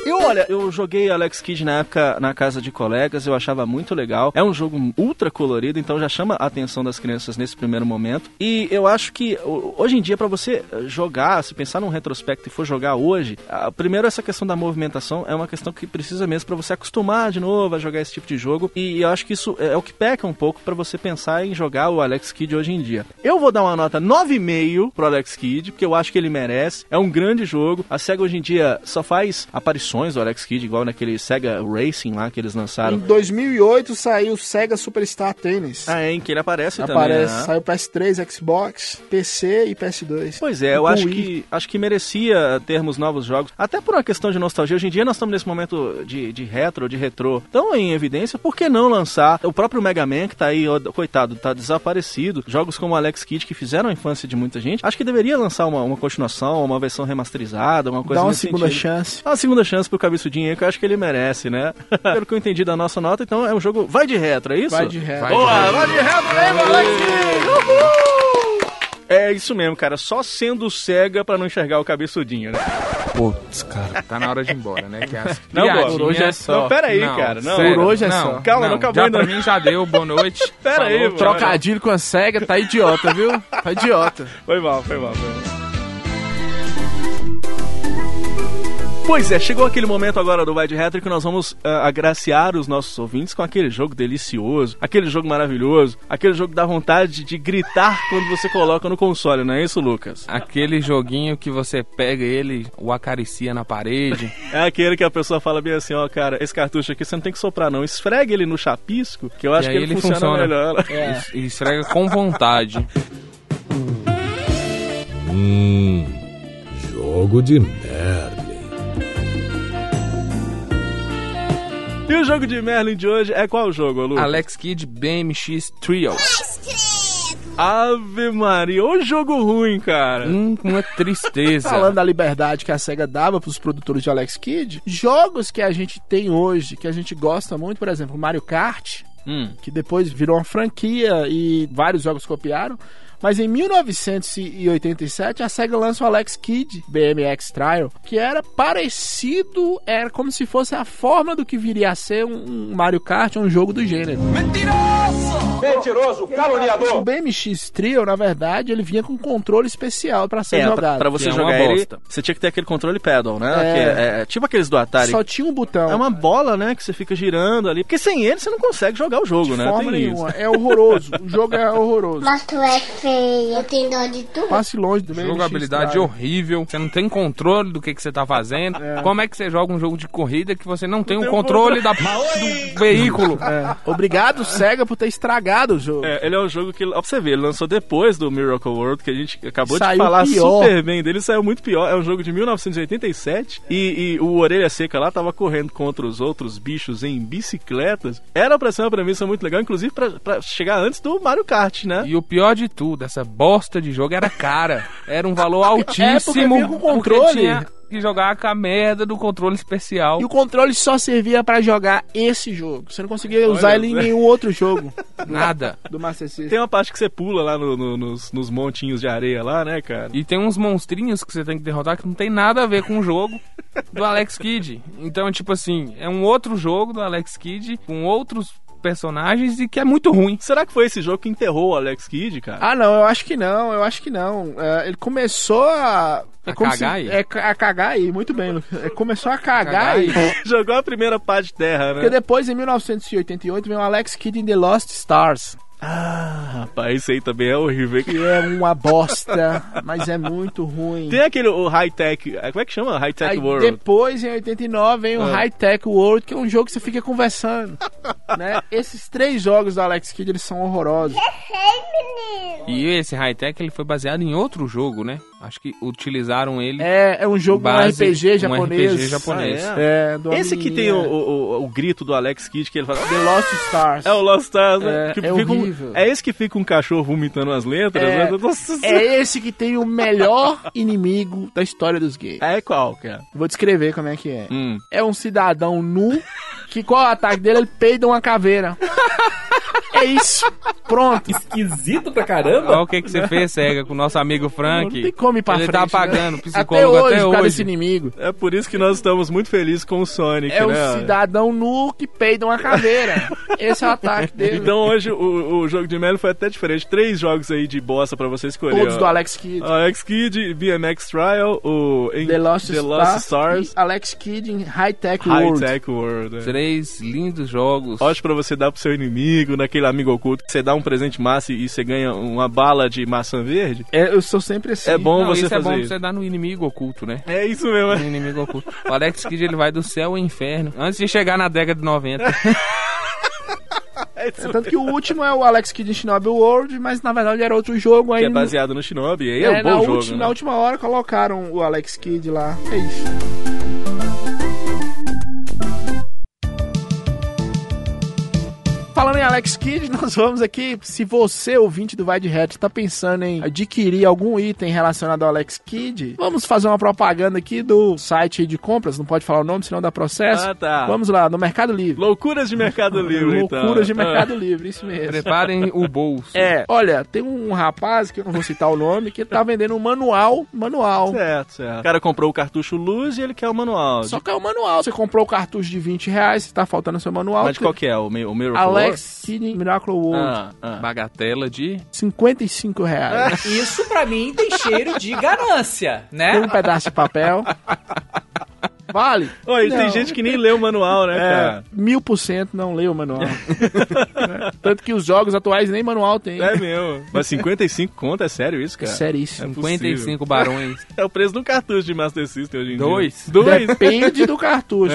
S4: Eu, olha, eu joguei Alex Kidd na época na casa de colegas, eu achava muito legal. É um jogo ultra colorido, então já chama a atenção das crianças nesse primeiro momento. E eu acho que ho- hoje em dia, pra você eh, jogar, se pensar num retrospecto e for jogar hoje, ah, primeiro essa questão da movimentação é uma questão que precisa mesmo pra você acostumar de novo a jogar esse tipo de jogo. E eu acho que isso é o que peca um pouco pra você pensar em jogar o Alex Kidd hoje em dia. Eu vou dar uma nota 9,5 pro Alex Kidd, porque eu acho que ele merece. É um grande jogo. A SEGA hoje em dia só faz aparições do Alex Kidd, igual naquele SEGA Racing lá que eles
S6: Em
S4: lançaram.
S6: 2008 saiu o SEGA Superstar Tennis.
S4: Ah, é, em que ele aparece, também.
S6: Aparece,
S4: né?
S6: saiu PS3, Xbox, PC e PS2.
S4: Pois é, eu
S6: E
S4: acho
S6: Wii.
S4: que, acho que merecia termos novos jogos, até por uma questão de nostalgia. Hoje em dia nós estamos nesse momento de, de retro, de retrô, tão em evidência, por que não lançar o próprio Mega Man, que tá aí, ó, coitado, tá desaparecido, jogos como Alex Kidd, que fizeram a infância de muita gente, acho que deveria lançar uma, uma continuação, uma versão remasterizada, uma coisa
S6: Dá uma
S4: nesse
S6: segunda
S4: sentido.
S6: chance.
S4: Dá uma segunda chance pro Cabeçudinho aí, que eu acho que ele merece, né? Pelo que eu entendi da nossa nota, então é um jogo vai de retro, é isso?
S6: Vai de retro.
S4: Boa, vai
S6: Vai
S4: de
S6: de
S4: retro, né, moleque? Uhul! É isso mesmo, cara. Só sendo cega pra não enxergar o cabeçudinho, né?
S5: Putz, cara, tá na hora de ir embora, né? Que as
S4: Não,
S5: piadinhas-
S4: pô, por hoje é só. Não, peraí, cara, não.
S5: sério,
S4: Por hoje é
S5: não,
S4: só. Calma, não acabou
S5: já
S4: ainda.
S5: Pra mim já deu, boa noite.
S4: Pera aí, mano.
S6: Trocadilho com a SEGA tá idiota, viu? Tá idiota.
S4: Foi mal, foi mal, foi mal. Pois é, chegou aquele momento agora do Vai de Retro que nós vamos ah, agraciar os nossos ouvintes com aquele jogo delicioso, aquele jogo maravilhoso, aquele jogo que dá vontade de gritar quando você coloca no console, não é isso, Lucas?
S5: Aquele joguinho que você pega ele, o acaricia na parede.
S4: É aquele que a pessoa fala bem assim, ó, cara, esse cartucho aqui você não tem que soprar não, esfregue ele no chapisco, que eu acho
S5: e
S4: que
S5: aí
S4: ele, funciona, melhor.
S6: É.
S5: E- E esfrega com vontade.
S3: Hum, jogo de merda. hein?
S4: E o jogo de Merlin de hoje é qual jogo, Lucas?
S5: Alex Kidd BMX Trios.
S4: Ave Maria, ô jogo ruim, cara.
S5: uma
S4: é.
S5: tristeza.
S6: Falando da liberdade que a SEGA dava pros produtores de Alex Kidd, jogos que a gente tem hoje, que a gente gosta muito, por exemplo, Mario Kart,
S4: Hum.
S6: que depois virou uma franquia e vários jogos copiaram. Mas em 1987 a SEGA lança o Alex Kidd BMX Trial, que era parecido, era como se fosse a forma do que viria a ser um um Mario Kart, um jogo do gênero.
S15: Mentiroso,
S6: O BMX Trial, na verdade, ele vinha com um controle especial pra ser
S4: É,
S6: jogado.
S4: pra, pra você
S5: Que é uma
S4: jogar ele,
S5: bosta.
S4: você tinha que ter aquele controle pedal, né?
S6: É.
S4: Que é- é tipo aqueles do Atari.
S6: Só tinha um botão.
S4: É uma bola, né, que você fica girando ali. Porque sem ele você não consegue jogar o jogo, né?
S6: forma
S4: Tem
S6: nenhuma. É horroroso. O jogo é horroroso.
S18: Mas tu é feia, eu tenho dó de tu.
S6: Passe longe do meio.
S5: Jogabilidade horrível, você não tem controle do que, que você tá fazendo. Como é que você joga um jogo de corrida que você não tem o
S6: tem o
S5: controle da,
S6: controle.
S5: do veículo?
S6: É. Obrigado, SEGA, por ter estragado o jogo.
S4: É, ele é um jogo que, ó, pra você ver, ele lançou depois do Miracle World, que a gente acabou de
S6: Saiu
S4: falar
S6: pior.
S4: super bem dele, saiu muito pior. É um jogo de 1987 e, e o Orelha Seca lá tava correndo contra os outros bichos em bicicletas. Era pra ser uma premissa muito legal, inclusive pra, pra chegar antes do Mario Kart, né?
S5: E o pior de tudo, essa bosta de jogo era cara. Era um valor altíssimo.
S6: É, vinha com
S5: porque
S6: controle.
S5: tinha que jogar com a merda do controle especial.
S6: E o controle só servia pra jogar esse jogo. Você não conseguia usar
S4: Olha,
S6: ele em
S4: né?
S6: nenhum outro jogo um-
S5: Nada.
S6: do Master System.
S4: Tem uma parte que você pula lá no- no- nos, nos montinhos de areia lá, né, cara?
S5: E tem uns monstrinhos que você tem que derrotar que não tem nada a ver com o jogo do Alex Kidd. Então, é tipo assim, é um outro jogo do Alex Kidd com outros personagens e que é muito ruim.
S4: Será que foi esse jogo que enterrou o Alex Kidd, cara?
S6: Ah, não, eu acho que não, eu acho que não. É, ele começou a. é
S5: A
S6: como
S5: cagar aí?
S6: É, ca- a cagar aí, muito bem, Lucas. É, começou a cagar aí.
S4: Jogou a primeira pá de terra, né?
S6: Porque depois, em 1988, vem o Alex Kidd in The Lost Stars. Ah,
S4: rapaz, isso aí também é horrível. hein?
S6: que é uma bosta, mas é muito ruim.
S4: Tem aquele o High Tech. é, Como é que chama? High Tech
S6: Aí
S4: World.
S6: depois, em 89, vem o
S4: Ah.
S6: High Tech World, que é um jogo que você fica conversando. né? Esses três jogos da Alex Kidd, eles são horrorosos.
S5: E esse high-tech ele foi baseado em outro jogo, né? Acho que utilizaram ele.
S6: É, é um jogo, um
S5: base-
S6: RPG
S5: Um
S6: japonês.
S5: RPG japonês.
S6: Ah, é? É, do
S4: Esse que tem o,
S6: amiguinho,
S4: o, o- o grito do Alex Kidd que ele fala. "Ah,
S6: The Lost Stars.
S4: É o Lost Stars, né?
S6: É,
S4: Que
S6: é
S4: fica um-
S6: horrível.
S4: é esse que fica um cachorro vomitando as letras?
S6: É,
S4: né? Nossa Senhora.
S6: é esse que tem o melhor inimigo da história dos games.
S4: É qual, cara?
S6: Vou descrever como é que é.
S5: Hum.
S6: É um cidadão nu que, qual é o ataque dele, ele peida uma caveira. É isso. Pronto.
S19: Esquisito pra caramba.
S5: Olha o que, que você fez, cega, com o nosso amigo Frank.
S6: Não tem como ir pra
S5: Ele
S6: frente,
S5: tá
S6: né?
S5: pagando, o
S6: até
S5: psicólogo
S6: hoje,
S5: até
S6: por causa
S5: hoje.
S6: desse inimigo.
S4: É por isso que nós estamos muito felizes com o Sonic, né?
S6: É um cidadão nu que peida uma caveira. Esse é o ataque dele.
S4: Então hoje o, o jogo de Melo foi até diferente. Três jogos aí de bosta pra você escolher.
S6: Todos
S4: ó. Ah,
S6: do Alex Kidd.
S4: Alex Kidd, BMX Trial, o em-
S6: The Lost, Star
S4: Stars,
S6: e Alex Kidd em High Tech
S4: High
S6: World.
S4: Tech World. é.
S5: Três lindos jogos.
S4: Ótimo pra você dar pro seu inimigo, naquele amigo oculto, que você dá um presente massa e você ganha uma bala de maçã verde.
S6: É, eu sou sempre assim.
S4: É bom
S5: Não,
S4: você
S5: isso é
S4: fazer
S5: bom pra
S4: isso.
S5: você dar no inimigo oculto, né?
S4: É isso mesmo.
S5: No inimigo oculto. O Alex Kidd ele vai do céu ao inferno antes de chegar na década de 90.
S4: É isso
S6: Tanto que o último é o Alex Kidd em Shinobi World, mas na verdade era outro jogo aí.
S4: Que é baseado no Shinobi, aí é,
S6: É,
S4: um
S6: na,
S4: bom jogo.
S6: ulti- na
S4: né?
S6: última hora colocaram o Alex Kidd lá. É isso. Falando em Alex Kidd, nós vamos aqui. Se você, ouvinte do Vai de Reto, está pensando em adquirir algum item relacionado ao Alex Kidd, vamos fazer uma propaganda aqui do site de compras. Não pode falar o nome, senão dá processo.
S4: Ah, tá.
S6: Vamos lá, no Mercado Livre.
S4: Loucuras de Mercado Livre, então.
S6: Loucuras de Mercado
S4: Ah.
S6: Livre, isso mesmo.
S5: Preparem o bolso.
S6: É, olha, tem um rapaz, que eu não vou citar o nome, que tá vendendo um manual, manual.
S4: Certo, certo. O cara comprou o cartucho luz e ele quer o manual.
S6: Só que é o manual. Você comprou o cartucho de 20 reais, tá faltando o seu manual.
S4: Mas de qual que é? O, Mi- o Miracle
S6: Alex Kidd Miracle
S4: World?
S6: World.
S4: Ah, ah.
S5: Bagatela de.
S6: 55 reais.
S19: Isso pra mim tem cheiro de ganância,
S6: Tem
S19: né?
S6: um pedaço de papel. Vale?
S4: Ó, e tem
S6: Não.
S4: gente que nem lê o manual, né,
S6: É,
S4: cara?
S6: mil por cento não leio o manual. É. Tanto que os jogos atuais nem manual tem.
S4: É mesmo. Mas 55 conta, é sério isso, cara?
S6: É seríssimo.
S4: É possível.
S5: 55 barões.
S4: É o preço do cartucho de Master System hoje em
S5: Dois.
S4: dia. Dois?
S6: Depende do cartucho,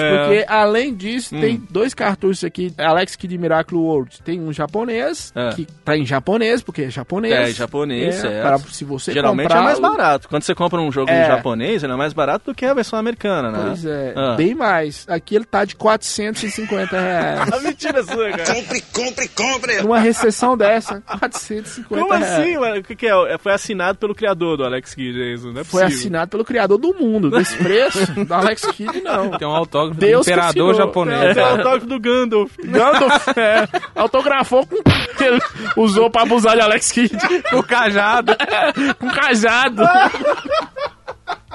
S4: É.
S6: porque além disso,
S4: Hum.
S6: tem dois cartuchos aqui, Alex Kidd Miracle World. Tem um japonês,
S4: É.
S6: que tá em japonês, porque é japonês.
S4: É, japonês, certo.
S6: Pra, se você
S4: Geralmente
S6: comprar
S4: é mais
S6: o-
S4: barato. Quando você compra um jogo
S6: É.
S4: japonês, ele é mais barato do que a versão americana, né?
S6: Pois é,
S4: Ah.
S6: bem mais. Aqui ele tá de 450 reais.
S4: Ah, mentira sua, cara.
S7: Compre, compre, compre.
S6: Numa recessão dessa, 450
S4: Como
S6: reais.
S4: assim, mano? O que, que é? Foi assinado pelo criador do Alex Kidd, é isso? Não é
S6: Foi
S4: possível.
S6: assinado pelo criador do mundo. Desse preço, da Alex Kidd, não.
S5: Tem um autógrafo
S6: Então, Deus
S5: do
S6: que
S5: imperador
S6: assinou.
S5: japonês.
S4: É o
S5: cara.
S4: autógrafo do Gandalf.
S6: Gandalf, é, autografou com que ele usou pra abusar de Alex Kidd.
S5: O cajado.
S6: com cajado.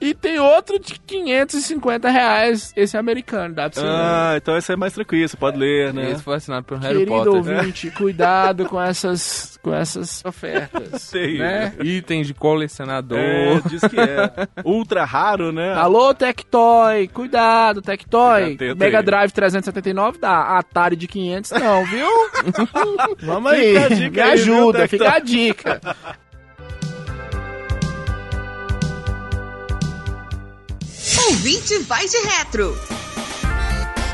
S6: e tem outro de 550 reais, esse americano, dá pra você
S4: Ah, então esse é mais tranquilo, você pode ler, né?
S5: Esse foi assinado pelo
S6: ver.
S5: Harry
S6: Querido
S5: Potter.
S6: ouvinte, cuidado com essas, com essas ofertas,
S4: Tem.
S6: né?
S5: Itens de colecionador.
S4: É, diz que é. Ultra raro, né?
S6: Alô, Tectoy, cuidado, Tectoy.
S4: Fica atento
S6: Mega
S4: aí.
S6: Drive 379 dá, Atari de 500 não, viu? Vamos aí,
S4: Fica a dica
S6: me
S4: aí, viu,
S6: ajuda,
S4: Tectoy?
S6: fica a dica.
S20: Ouvinte vai de retro.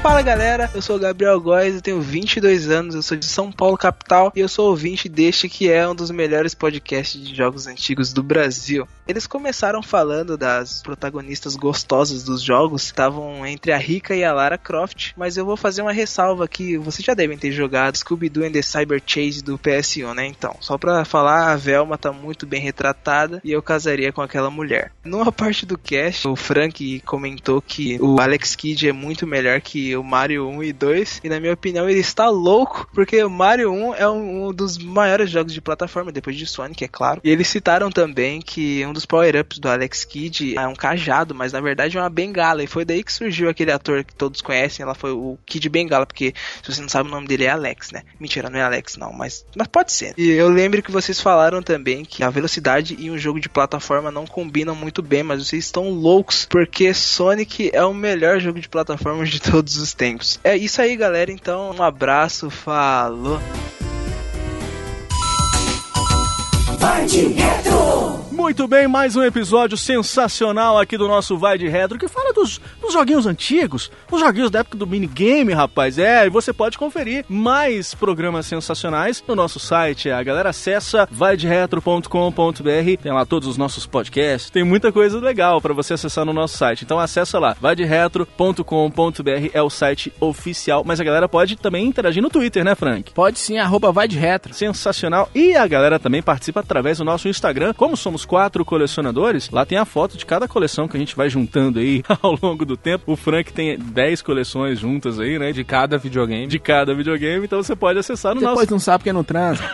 S21: Fala galera, eu sou o Gabriel Góes, eu tenho 22 anos, eu sou de São Paulo, capital, e eu sou ouvinte deste que é um dos melhores podcasts de jogos antigos do Brasil. Eles começaram falando das protagonistas gostosas dos jogos, estavam entre a Rika e a Lara Croft, mas eu vou fazer uma ressalva aqui, vocês já devem ter jogado Scooby-Doo and the Cyber Chase do PS1, né? Então, só pra falar, a Velma tá muito bem retratada e eu casaria com aquela mulher. Numa parte do cast, o Frank comentou que o Alex Kidd é muito melhor que o Mario 1 e 2, e na minha opinião ele está louco, porque o Mario 1 é um, um dos maiores jogos de plataforma, depois de Sonic, é claro. E eles citaram também que um dos power-ups do Alex Kidd é um cajado, mas na verdade é uma bengala, e foi daí que surgiu aquele ator que todos conhecem, ela foi o Kid Bengala, porque se você não sabe o nome dele é Alex, né? Mentira, não é Alex não, mas, mas pode ser. E eu lembro que vocês falaram também que a velocidade e um jogo de plataforma não combinam muito bem, mas vocês estão loucos porque Sonic é o melhor jogo de plataforma de todos os tempos. É isso aí, galera. Então, um abraço, falou.
S4: Vai de Retro! Muito bem, mais um episódio sensacional aqui do nosso Vai de Retro, que fala dos, dos joguinhos antigos, os joguinhos da época do minigame, rapaz. É, e você pode conferir mais programas sensacionais no nosso site. A galera acessa vaideretro.com.br, tem lá todos os nossos podcasts, tem muita coisa legal para você acessar no nosso site. Então acessa lá, vaideretro.com.br é o site oficial, mas a galera pode também interagir no Twitter, né, Frank?
S6: Pode sim, arroba vai de retro.
S4: Sensacional. E a galera também participa através do nosso Instagram, como somos quatro colecionadores, lá tem a foto de cada coleção que a gente vai juntando aí ao longo do tempo. O Frank tem 10 coleções juntas aí, né?
S5: De cada videogame.
S4: De cada videogame, então você pode acessar no
S6: Depois
S4: nosso.
S6: não sabe porque não transa.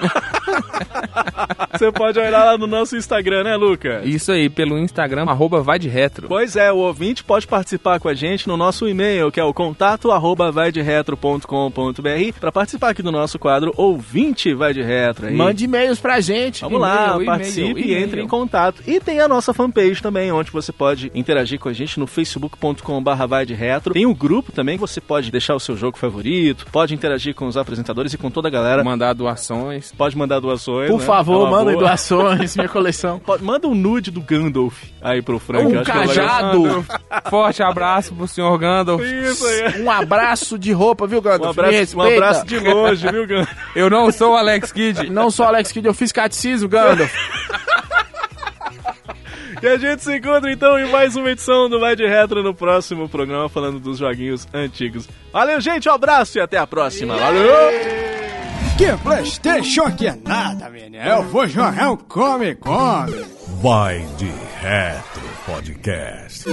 S4: Você pode olhar lá no nosso Instagram, né, Lucas?
S5: Isso aí, pelo Instagram, arroba vai de retro.
S4: Pois é, o ouvinte pode participar com a gente no nosso e-mail, que é o contato arroba vai de retro.com.br, pra participar aqui do nosso quadro Ouvinte Vai de Retro. é Aí. É
S6: Mande e-mails pra gente.
S4: Vamos lá,
S5: e-mail,
S4: participe e
S5: e-mail.
S4: entre em contato. E tem a nossa fanpage também, onde você pode interagir com a gente no facebook.com.br vai de retro. Tem o grupo também, que você pode deixar o seu jogo favorito, pode interagir com os apresentadores e com toda a galera.
S5: Mandar doações.
S4: Pode mandar doações.
S6: Por
S4: né? É
S6: favor,
S4: uma
S6: mandem
S4: boa.
S6: doações, minha coleção.
S4: Pode- Manda um nude do Gandalf aí pro Frank.
S6: Um
S4: eu acho que é legal.
S6: cajado.
S5: Forte abraço pro senhor Gandalf.
S4: Isso aí.
S6: Um abraço de roupa, viu, Gandalf?
S4: Um
S6: Me
S4: abraço, um
S6: respeita.
S4: abraço de longe, viu, Gandalf?
S5: Eu não sou o Alex Kidd.
S6: Não sou Alex Kidd, eu fiz catecismo, Gandalf.
S4: E a gente se encontra então em mais uma edição do Vai de Retro no próximo programa falando dos joguinhos antigos. Valeu, gente, um abraço e até a próxima. Valeu!
S9: Que Playstation que é nada, menino. Eu vou jogar um Come Come.
S3: Vai de Retro Podcast.